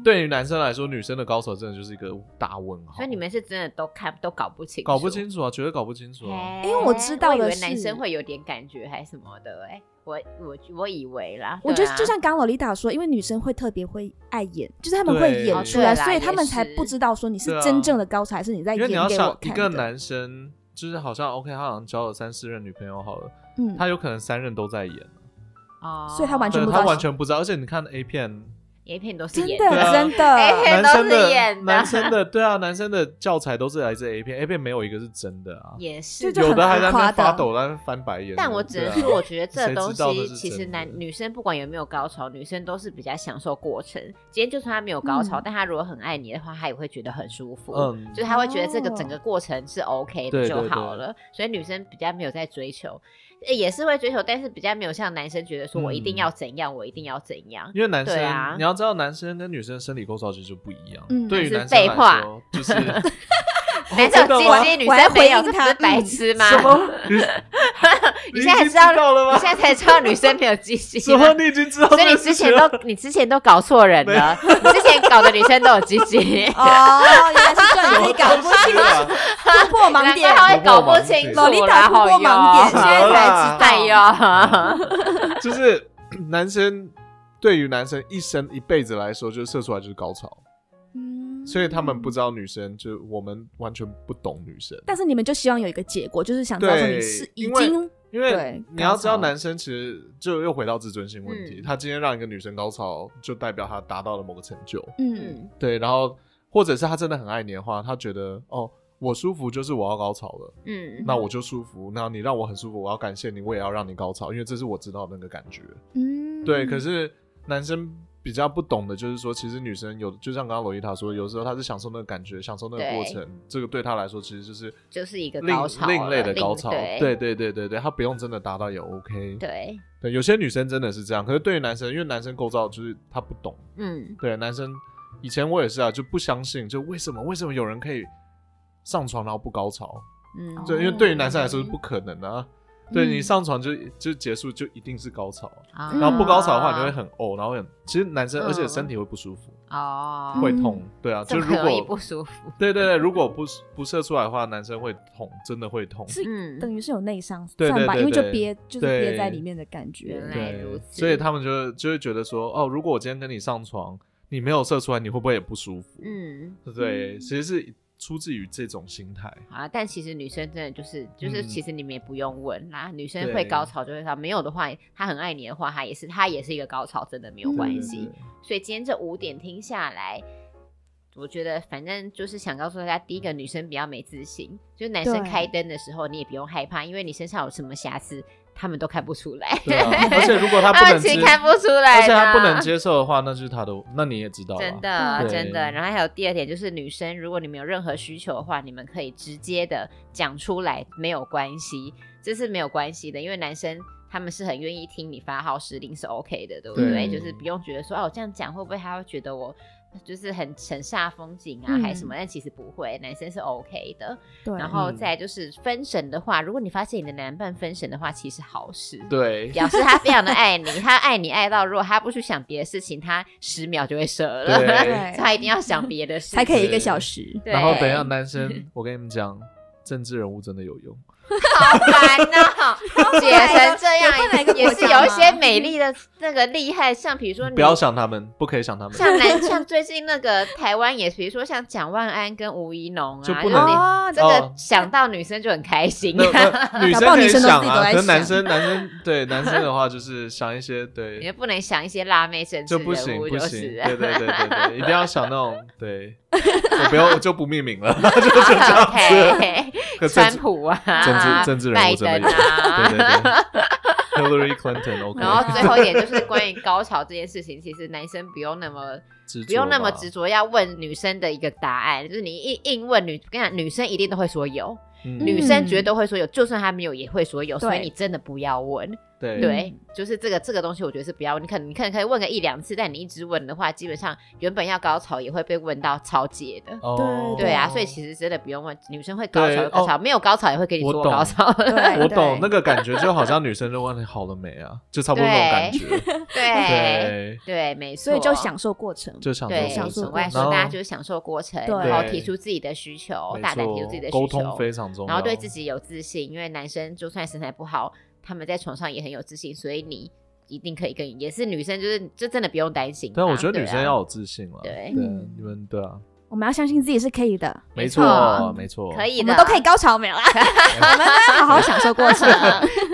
[SPEAKER 2] 对于男生来说，女生的高潮真的就是一个大问号，
[SPEAKER 3] 所以你们是真的都看都搞不清楚，
[SPEAKER 2] 搞不清楚啊，绝对搞不清楚啊。
[SPEAKER 3] 嘿。
[SPEAKER 1] 因为我知道的
[SPEAKER 3] 我以为
[SPEAKER 1] 是
[SPEAKER 3] 男生会有点感觉还什么的、哎，我我我以为啦，
[SPEAKER 1] 我觉
[SPEAKER 3] 对
[SPEAKER 1] 得
[SPEAKER 3] 啊
[SPEAKER 1] 就像刚刚洛丽塔说，因为女生会特别会爱演，就是他们
[SPEAKER 2] 对
[SPEAKER 1] 会演出来，
[SPEAKER 3] 哦对啦
[SPEAKER 1] 所以他们才
[SPEAKER 3] 也是
[SPEAKER 1] 不知道说你是
[SPEAKER 2] 对啊
[SPEAKER 1] 真正的高潮，还是你在
[SPEAKER 2] 因
[SPEAKER 1] 演
[SPEAKER 2] 为你要
[SPEAKER 1] 给我
[SPEAKER 2] 想一
[SPEAKER 1] 看
[SPEAKER 2] 个
[SPEAKER 1] 的。
[SPEAKER 2] 男生，就是好像 OK，他好像交了三四任女朋友好了，
[SPEAKER 1] 嗯，
[SPEAKER 2] 他有可能三任都在演，
[SPEAKER 3] 哦，
[SPEAKER 1] 所以他完全
[SPEAKER 2] 对
[SPEAKER 1] 不知
[SPEAKER 2] 他
[SPEAKER 1] 道
[SPEAKER 2] 完全不知道。而且你看 A 片，
[SPEAKER 3] 影片都是
[SPEAKER 1] 真
[SPEAKER 3] 演
[SPEAKER 2] 对啊
[SPEAKER 1] 的真
[SPEAKER 3] 哎
[SPEAKER 1] 的，
[SPEAKER 3] 片
[SPEAKER 2] 男
[SPEAKER 3] 都
[SPEAKER 2] 生
[SPEAKER 3] 是演的
[SPEAKER 2] 男生的对啊，男生的教材都是来自 A 片，A 片没有一个是真的啊，
[SPEAKER 3] 也是
[SPEAKER 1] 这就
[SPEAKER 2] 有
[SPEAKER 1] 很
[SPEAKER 2] 的还在那边
[SPEAKER 1] 浮夸的
[SPEAKER 2] 发抖，在那边翻白眼。
[SPEAKER 3] 但我只能
[SPEAKER 2] 对啊
[SPEAKER 3] 说，我觉得这
[SPEAKER 2] 谁
[SPEAKER 3] 东
[SPEAKER 2] 知道这
[SPEAKER 3] 西
[SPEAKER 2] 是
[SPEAKER 3] 其实
[SPEAKER 2] 真的
[SPEAKER 3] 男女生不管有没有高潮，女生都是比较享受过程。今天就算她没有高潮，
[SPEAKER 1] 嗯
[SPEAKER 3] 但她如果很爱你的话，她也会觉得很舒服。
[SPEAKER 2] 嗯
[SPEAKER 3] 就是她会觉得这个
[SPEAKER 1] 哦
[SPEAKER 3] 整个过程是 OK 的
[SPEAKER 2] 对
[SPEAKER 3] 就
[SPEAKER 2] 对
[SPEAKER 3] 好了，所以女生比较没有在追求，呃也是会追求，但是比较没有像男生觉得说我一
[SPEAKER 2] 嗯
[SPEAKER 3] 定要怎样，我一定要怎
[SPEAKER 1] <laughs>
[SPEAKER 3] 样。
[SPEAKER 2] 因为男
[SPEAKER 3] 对啊
[SPEAKER 2] 生，你要知道，男生跟女生生理构造其实就不一样。
[SPEAKER 1] 嗯
[SPEAKER 2] 对于
[SPEAKER 3] 是
[SPEAKER 2] 男生
[SPEAKER 3] 废话
[SPEAKER 2] 来说，就
[SPEAKER 3] <laughs>
[SPEAKER 2] 是 <laughs> 哦
[SPEAKER 3] 男生
[SPEAKER 2] 真的
[SPEAKER 3] 有
[SPEAKER 2] 吗
[SPEAKER 3] 鸡鸡，女
[SPEAKER 1] 我还
[SPEAKER 3] 生没有，
[SPEAKER 1] 回
[SPEAKER 3] 这
[SPEAKER 1] 应
[SPEAKER 3] 不
[SPEAKER 1] 他
[SPEAKER 3] 是白
[SPEAKER 1] 嗯
[SPEAKER 3] 痴吗？
[SPEAKER 2] 什么？你
[SPEAKER 3] <laughs> 你
[SPEAKER 2] 已
[SPEAKER 3] 现在
[SPEAKER 2] 经
[SPEAKER 3] 知道
[SPEAKER 2] 道了
[SPEAKER 3] 你
[SPEAKER 2] 吗？
[SPEAKER 3] 现在才知道女生没有鸡鸡
[SPEAKER 2] 什
[SPEAKER 3] 吗
[SPEAKER 2] 么？你已经知道这
[SPEAKER 3] 所以你
[SPEAKER 2] 个
[SPEAKER 3] 之
[SPEAKER 2] 事
[SPEAKER 3] 前
[SPEAKER 2] 情了？
[SPEAKER 3] 都你之前都搞错人了，你之前搞的女生都有鸡鸡，
[SPEAKER 1] 哦，原来是这样，你搞不清
[SPEAKER 2] 什么东西啊
[SPEAKER 1] 突破 <laughs> 盲点
[SPEAKER 3] 难怪。他会搞不清楚啦，啊
[SPEAKER 1] 洛丽塔突破盲点，现在才知道。
[SPEAKER 3] 哎呦，
[SPEAKER 2] 啊
[SPEAKER 1] 啊
[SPEAKER 2] <laughs> 就是男生对于男生一生一辈子来说，就是射出来就是高潮，
[SPEAKER 1] 嗯
[SPEAKER 2] 所以他们不知道女生，就是我们完全不懂女生，
[SPEAKER 1] 但是你们就希望有一个结果，就是想告诉
[SPEAKER 2] 对
[SPEAKER 1] 你是已
[SPEAKER 2] 因为
[SPEAKER 1] 经
[SPEAKER 2] 因为
[SPEAKER 1] 对
[SPEAKER 2] 你要知道，
[SPEAKER 1] 高潮
[SPEAKER 2] 男生其实就又回到自尊心问题，
[SPEAKER 3] 嗯
[SPEAKER 2] 他今天让一个女生高潮，就代表他达到了某个成就，
[SPEAKER 1] 嗯
[SPEAKER 3] 嗯，
[SPEAKER 2] 对，然后或者是他真的很爱你的话，他觉得哦。我舒服就是我要高潮了，
[SPEAKER 3] 嗯，
[SPEAKER 2] 那我就舒服。那你让我很舒服，我要感谢你，我也要让你高潮，因为这是我知道的那个感觉。
[SPEAKER 1] 嗯，
[SPEAKER 2] 对，可是男生比较不懂的就是说，其实女生有，就像刚刚罗伊塔说，有时候她是享受那个感觉，享受那个过
[SPEAKER 3] 对
[SPEAKER 2] 程，这个对她来说其实就是
[SPEAKER 3] 就是一个
[SPEAKER 2] 另
[SPEAKER 3] 高潮了
[SPEAKER 2] 另类的高潮。
[SPEAKER 3] 另
[SPEAKER 2] 对对对对对，她不用真的达到也 OK。
[SPEAKER 3] 对，
[SPEAKER 2] 对，有些女生真的是这样，可是对于男生，因为男生构造就是他不懂，
[SPEAKER 3] 嗯，
[SPEAKER 2] 对男生以前我也是啊，就不相信，就为什么为什么有人可以上床然后不高潮？
[SPEAKER 3] 嗯，哦
[SPEAKER 2] 对，因为对于男生来说是不可能的、啊。对
[SPEAKER 1] 嗯
[SPEAKER 2] 你上床就就结束就一定是高潮，
[SPEAKER 3] 啊
[SPEAKER 1] 嗯
[SPEAKER 2] 然后不高潮的话你就会很呕，然后会很其实男生
[SPEAKER 3] 嗯
[SPEAKER 2] 而且身体会不舒服，
[SPEAKER 3] 哦，
[SPEAKER 2] 会痛，对啊，就
[SPEAKER 3] 这
[SPEAKER 2] 如
[SPEAKER 3] 么容易不
[SPEAKER 2] 果
[SPEAKER 3] 舒服，
[SPEAKER 2] 对对对，如果不不射出来的话，男生会痛，真的会痛，
[SPEAKER 1] 是
[SPEAKER 3] 嗯，
[SPEAKER 1] 等于是有内伤
[SPEAKER 2] 对
[SPEAKER 1] 算吧，
[SPEAKER 2] 对对
[SPEAKER 1] 因为就
[SPEAKER 2] 对
[SPEAKER 1] 憋就是
[SPEAKER 2] 对
[SPEAKER 1] 憋在里面的感
[SPEAKER 3] 原
[SPEAKER 1] 觉。
[SPEAKER 3] 来
[SPEAKER 2] 对
[SPEAKER 3] 如，此
[SPEAKER 2] 所以他们就就会觉得说，哦，如果我今天跟你上床，你没有射出来，你会不会也不舒服？
[SPEAKER 3] 嗯。
[SPEAKER 2] 对，其实是出自于这种心
[SPEAKER 3] <laughs>
[SPEAKER 2] 态。
[SPEAKER 3] 好啊，但其实女生真的就是就是，
[SPEAKER 2] 嗯
[SPEAKER 3] 其实你们也不用问啦。女生
[SPEAKER 2] 对
[SPEAKER 3] 会高潮就会高潮，没有的话，她很爱你的话，她也是她也是一个高潮，真的没有
[SPEAKER 1] 嗯
[SPEAKER 3] 关
[SPEAKER 2] 对
[SPEAKER 3] 系。
[SPEAKER 2] 对
[SPEAKER 3] 所以今天这五点听下来，我觉得反正就是想告诉大家，第一个女生比较没自信，就是男生
[SPEAKER 1] 对
[SPEAKER 3] 开灯的时候你也不用害怕，因为你身上有什么瑕疵，他们都看不出来，
[SPEAKER 2] 对啊而且如果他
[SPEAKER 3] <laughs>
[SPEAKER 2] 不
[SPEAKER 3] 他们
[SPEAKER 2] 能
[SPEAKER 3] 其
[SPEAKER 2] 接
[SPEAKER 3] 实，看不出来，啊
[SPEAKER 2] 而且他不能。接受的话，那就是他的，那你也知道啊，
[SPEAKER 3] 真的，
[SPEAKER 1] 嗯
[SPEAKER 2] 对
[SPEAKER 3] 真的。然后还有第二点，就是女生，如果你们有任何需求的话，你们可以直接的讲出来，没有关系，这是没有关系的，因为男生他们是很愿意听你发号施令，是 OK 的，对不对？
[SPEAKER 2] 对
[SPEAKER 3] 就是不用觉得说，哦，我这样讲会不会他会觉得我就是很很煞风景啊，
[SPEAKER 1] 嗯
[SPEAKER 3] 还是什么？但其实不会，男生是 OK 的。
[SPEAKER 1] 对，
[SPEAKER 3] 然后
[SPEAKER 2] 嗯
[SPEAKER 3] 再来就是分神的话，如果你发现你的男伴分神的话，其实好事。
[SPEAKER 2] <laughs> 对
[SPEAKER 3] 表示他非常的爱你，他爱你爱到，如果他不去想别的事情，他十秒就会射了，
[SPEAKER 2] <laughs> 对
[SPEAKER 3] <laughs> 他一定要想别的事
[SPEAKER 1] <laughs>
[SPEAKER 3] 情，
[SPEAKER 1] 才可以一
[SPEAKER 2] 对
[SPEAKER 1] 个小时。
[SPEAKER 3] 对
[SPEAKER 2] 然后等一下，
[SPEAKER 3] <laughs>
[SPEAKER 2] 男生，我跟你们讲，政治人物真的有用，
[SPEAKER 3] 好烦哦，解成这
[SPEAKER 1] 有换哪
[SPEAKER 3] 样，
[SPEAKER 1] 个
[SPEAKER 3] 也
[SPEAKER 1] 国家
[SPEAKER 3] 是
[SPEAKER 1] 吗
[SPEAKER 3] 有一些美丽的那个厉害，像比如说你
[SPEAKER 2] 不要想他们，不可以想他们，
[SPEAKER 3] 嗯像男像最近那个台湾也，比如说像蒋万安跟吴怡农啊，
[SPEAKER 2] 就不
[SPEAKER 3] 是你
[SPEAKER 2] 能
[SPEAKER 1] 哦，
[SPEAKER 3] 这
[SPEAKER 2] 哦
[SPEAKER 3] 个想到女生就很开心啊
[SPEAKER 2] 那
[SPEAKER 3] <laughs>
[SPEAKER 2] 那女生
[SPEAKER 1] 搞不好
[SPEAKER 2] 可以
[SPEAKER 1] 女生都
[SPEAKER 2] 想
[SPEAKER 1] 自己都
[SPEAKER 2] 啊，
[SPEAKER 1] 在
[SPEAKER 2] 可是男
[SPEAKER 1] 想
[SPEAKER 2] 生男生对男生的话就是想一些
[SPEAKER 3] 你 <laughs>
[SPEAKER 2] 对
[SPEAKER 3] 也不能想一些辣妹政治
[SPEAKER 2] 就
[SPEAKER 3] 人
[SPEAKER 2] 不行
[SPEAKER 3] 物，
[SPEAKER 2] 不
[SPEAKER 3] 就
[SPEAKER 2] 行，
[SPEAKER 3] 是
[SPEAKER 2] 对对对对对，一定要想那种对，
[SPEAKER 3] <laughs>
[SPEAKER 2] 我不要我就不命名了，就就这样子。
[SPEAKER 3] OK，
[SPEAKER 2] <laughs> 可政
[SPEAKER 3] 川
[SPEAKER 2] 治
[SPEAKER 3] 普啊，
[SPEAKER 2] 政治政治人
[SPEAKER 3] 拜
[SPEAKER 2] 物真的
[SPEAKER 3] 登
[SPEAKER 2] 有用，
[SPEAKER 3] 啊，
[SPEAKER 2] 对对对，Hillary Clinton OK，
[SPEAKER 3] <laughs> 然后最后一点就是
[SPEAKER 2] <laughs>
[SPEAKER 3] 关于高潮这件事情，其实男生不用那么
[SPEAKER 2] 嗯执
[SPEAKER 3] 不用那么
[SPEAKER 2] 着吧
[SPEAKER 3] 执，着要问女生的一个答案，就是你硬硬问女，跟你讲，女生一定都会说有，
[SPEAKER 2] 嗯
[SPEAKER 3] 女生绝对都会说有，就算她没有也会说有，所以
[SPEAKER 1] 对
[SPEAKER 3] 你真的不要问。
[SPEAKER 2] 对
[SPEAKER 3] 对，就是这个这个东西，我觉得是不要问。你可能你可能可以问个一两次，但你一直问的话，基本上原本要高潮也会被问到超解的。
[SPEAKER 2] 哦
[SPEAKER 3] 对啊，
[SPEAKER 1] 哦
[SPEAKER 3] 所以其实真的不用问，女生会高潮
[SPEAKER 2] 对
[SPEAKER 3] 就高潮，
[SPEAKER 2] 哦
[SPEAKER 3] 没有高潮也会跟你
[SPEAKER 2] 我
[SPEAKER 3] 说我
[SPEAKER 2] 懂
[SPEAKER 3] 高潮 <laughs> 了。
[SPEAKER 1] 对
[SPEAKER 2] 我懂
[SPEAKER 1] 对
[SPEAKER 2] 那个感觉，就好像女生就问你好了没啊，就差不多那种感觉，
[SPEAKER 3] 对
[SPEAKER 2] 对，
[SPEAKER 3] 对，没错。
[SPEAKER 1] 所以就享受过程。
[SPEAKER 2] 就想
[SPEAKER 3] 哎对，
[SPEAKER 2] 说
[SPEAKER 1] 享受
[SPEAKER 3] 总
[SPEAKER 1] 过
[SPEAKER 3] 外
[SPEAKER 1] 程
[SPEAKER 3] 说
[SPEAKER 2] 然后
[SPEAKER 3] 大家就是享受过程，
[SPEAKER 1] 对
[SPEAKER 3] 然后提出自己的需求，
[SPEAKER 2] 没
[SPEAKER 3] 大胆
[SPEAKER 2] 错
[SPEAKER 3] 提出自己的需求，
[SPEAKER 2] 沟通非常重要，
[SPEAKER 3] 然后对自己有自信，因为男生就算身材不好，他们在床上也很有自信，所以你一定可以跟，也是女生就是就真的不用担心啊。
[SPEAKER 2] 但我觉得女生
[SPEAKER 3] 对啊
[SPEAKER 2] 要有自信了。
[SPEAKER 3] 对
[SPEAKER 1] 嗯
[SPEAKER 2] 你们对啊，
[SPEAKER 1] 我们要相信自己是可以的，
[SPEAKER 2] 没
[SPEAKER 3] 错
[SPEAKER 2] 错，没错，
[SPEAKER 3] 可以
[SPEAKER 1] 我
[SPEAKER 3] 的，
[SPEAKER 1] 们都可以。高潮 <laughs> 没有啦，我们呢好好享受过程。
[SPEAKER 3] <laughs>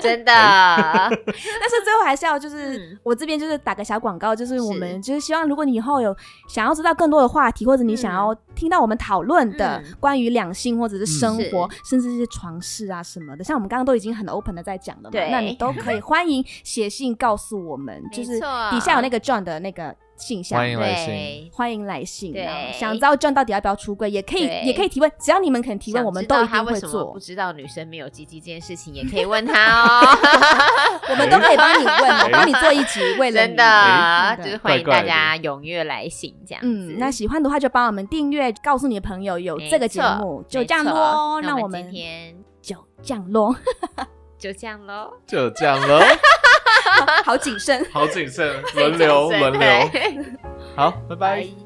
[SPEAKER 3] 真的，
[SPEAKER 1] 但是最后还是要就是
[SPEAKER 3] 嗯
[SPEAKER 1] 我这边就是打个小广告，就是我
[SPEAKER 3] 是
[SPEAKER 1] 们就是希望如果你以后有想要知道更多的话题，或者你想要听到我们讨论的
[SPEAKER 3] 嗯
[SPEAKER 1] 关于两性或者是生活
[SPEAKER 3] 嗯，
[SPEAKER 1] 甚至是床事啊什么的，像我们刚刚都已经很 open 的在讲了嘛
[SPEAKER 3] 对，
[SPEAKER 1] 那你都可以 <laughs> 欢迎写信告诉我们，就是
[SPEAKER 3] 错
[SPEAKER 1] 底下有那个 John 的那个信箱。
[SPEAKER 2] 欢迎来信
[SPEAKER 3] 对，
[SPEAKER 1] 欢迎来信，
[SPEAKER 3] 对
[SPEAKER 1] 然后想知道 John 到底要不要出柜，也可以
[SPEAKER 3] 对，
[SPEAKER 1] 也可以提问，只要你们肯 <laughs> 提问，
[SPEAKER 3] 想
[SPEAKER 1] 我们
[SPEAKER 3] 知
[SPEAKER 1] 都
[SPEAKER 3] 道
[SPEAKER 1] 一
[SPEAKER 3] 他
[SPEAKER 1] 定
[SPEAKER 3] 为
[SPEAKER 1] 会
[SPEAKER 3] 什么
[SPEAKER 1] 做
[SPEAKER 3] 不，知道女生没有鸡鸡这件事情，也可以
[SPEAKER 1] <laughs>
[SPEAKER 3] 问他哦。
[SPEAKER 1] 我们都可以帮你问，
[SPEAKER 2] 哎
[SPEAKER 1] 我帮你做一集，为了
[SPEAKER 3] <laughs> 真
[SPEAKER 1] 你
[SPEAKER 3] 的，
[SPEAKER 1] 真
[SPEAKER 3] 就是欢
[SPEAKER 2] 怪
[SPEAKER 3] 迎大
[SPEAKER 2] 怪的
[SPEAKER 3] 家踊跃来信这样子。
[SPEAKER 1] 嗯，那喜欢的话就帮我们订阅，告诉你的朋友有这个节目，就这样咯。
[SPEAKER 3] 那
[SPEAKER 1] 我
[SPEAKER 3] 我们今
[SPEAKER 1] 们
[SPEAKER 3] 天
[SPEAKER 1] 就这样
[SPEAKER 3] <laughs>
[SPEAKER 1] 咯，
[SPEAKER 3] 就这样喽，
[SPEAKER 2] 就这样
[SPEAKER 3] <laughs>
[SPEAKER 2] 了，
[SPEAKER 1] 好谨慎。
[SPEAKER 3] <laughs>
[SPEAKER 1] <laughs>
[SPEAKER 2] 好谨慎，轮流轮流，好，拜拜。
[SPEAKER 3] 拜。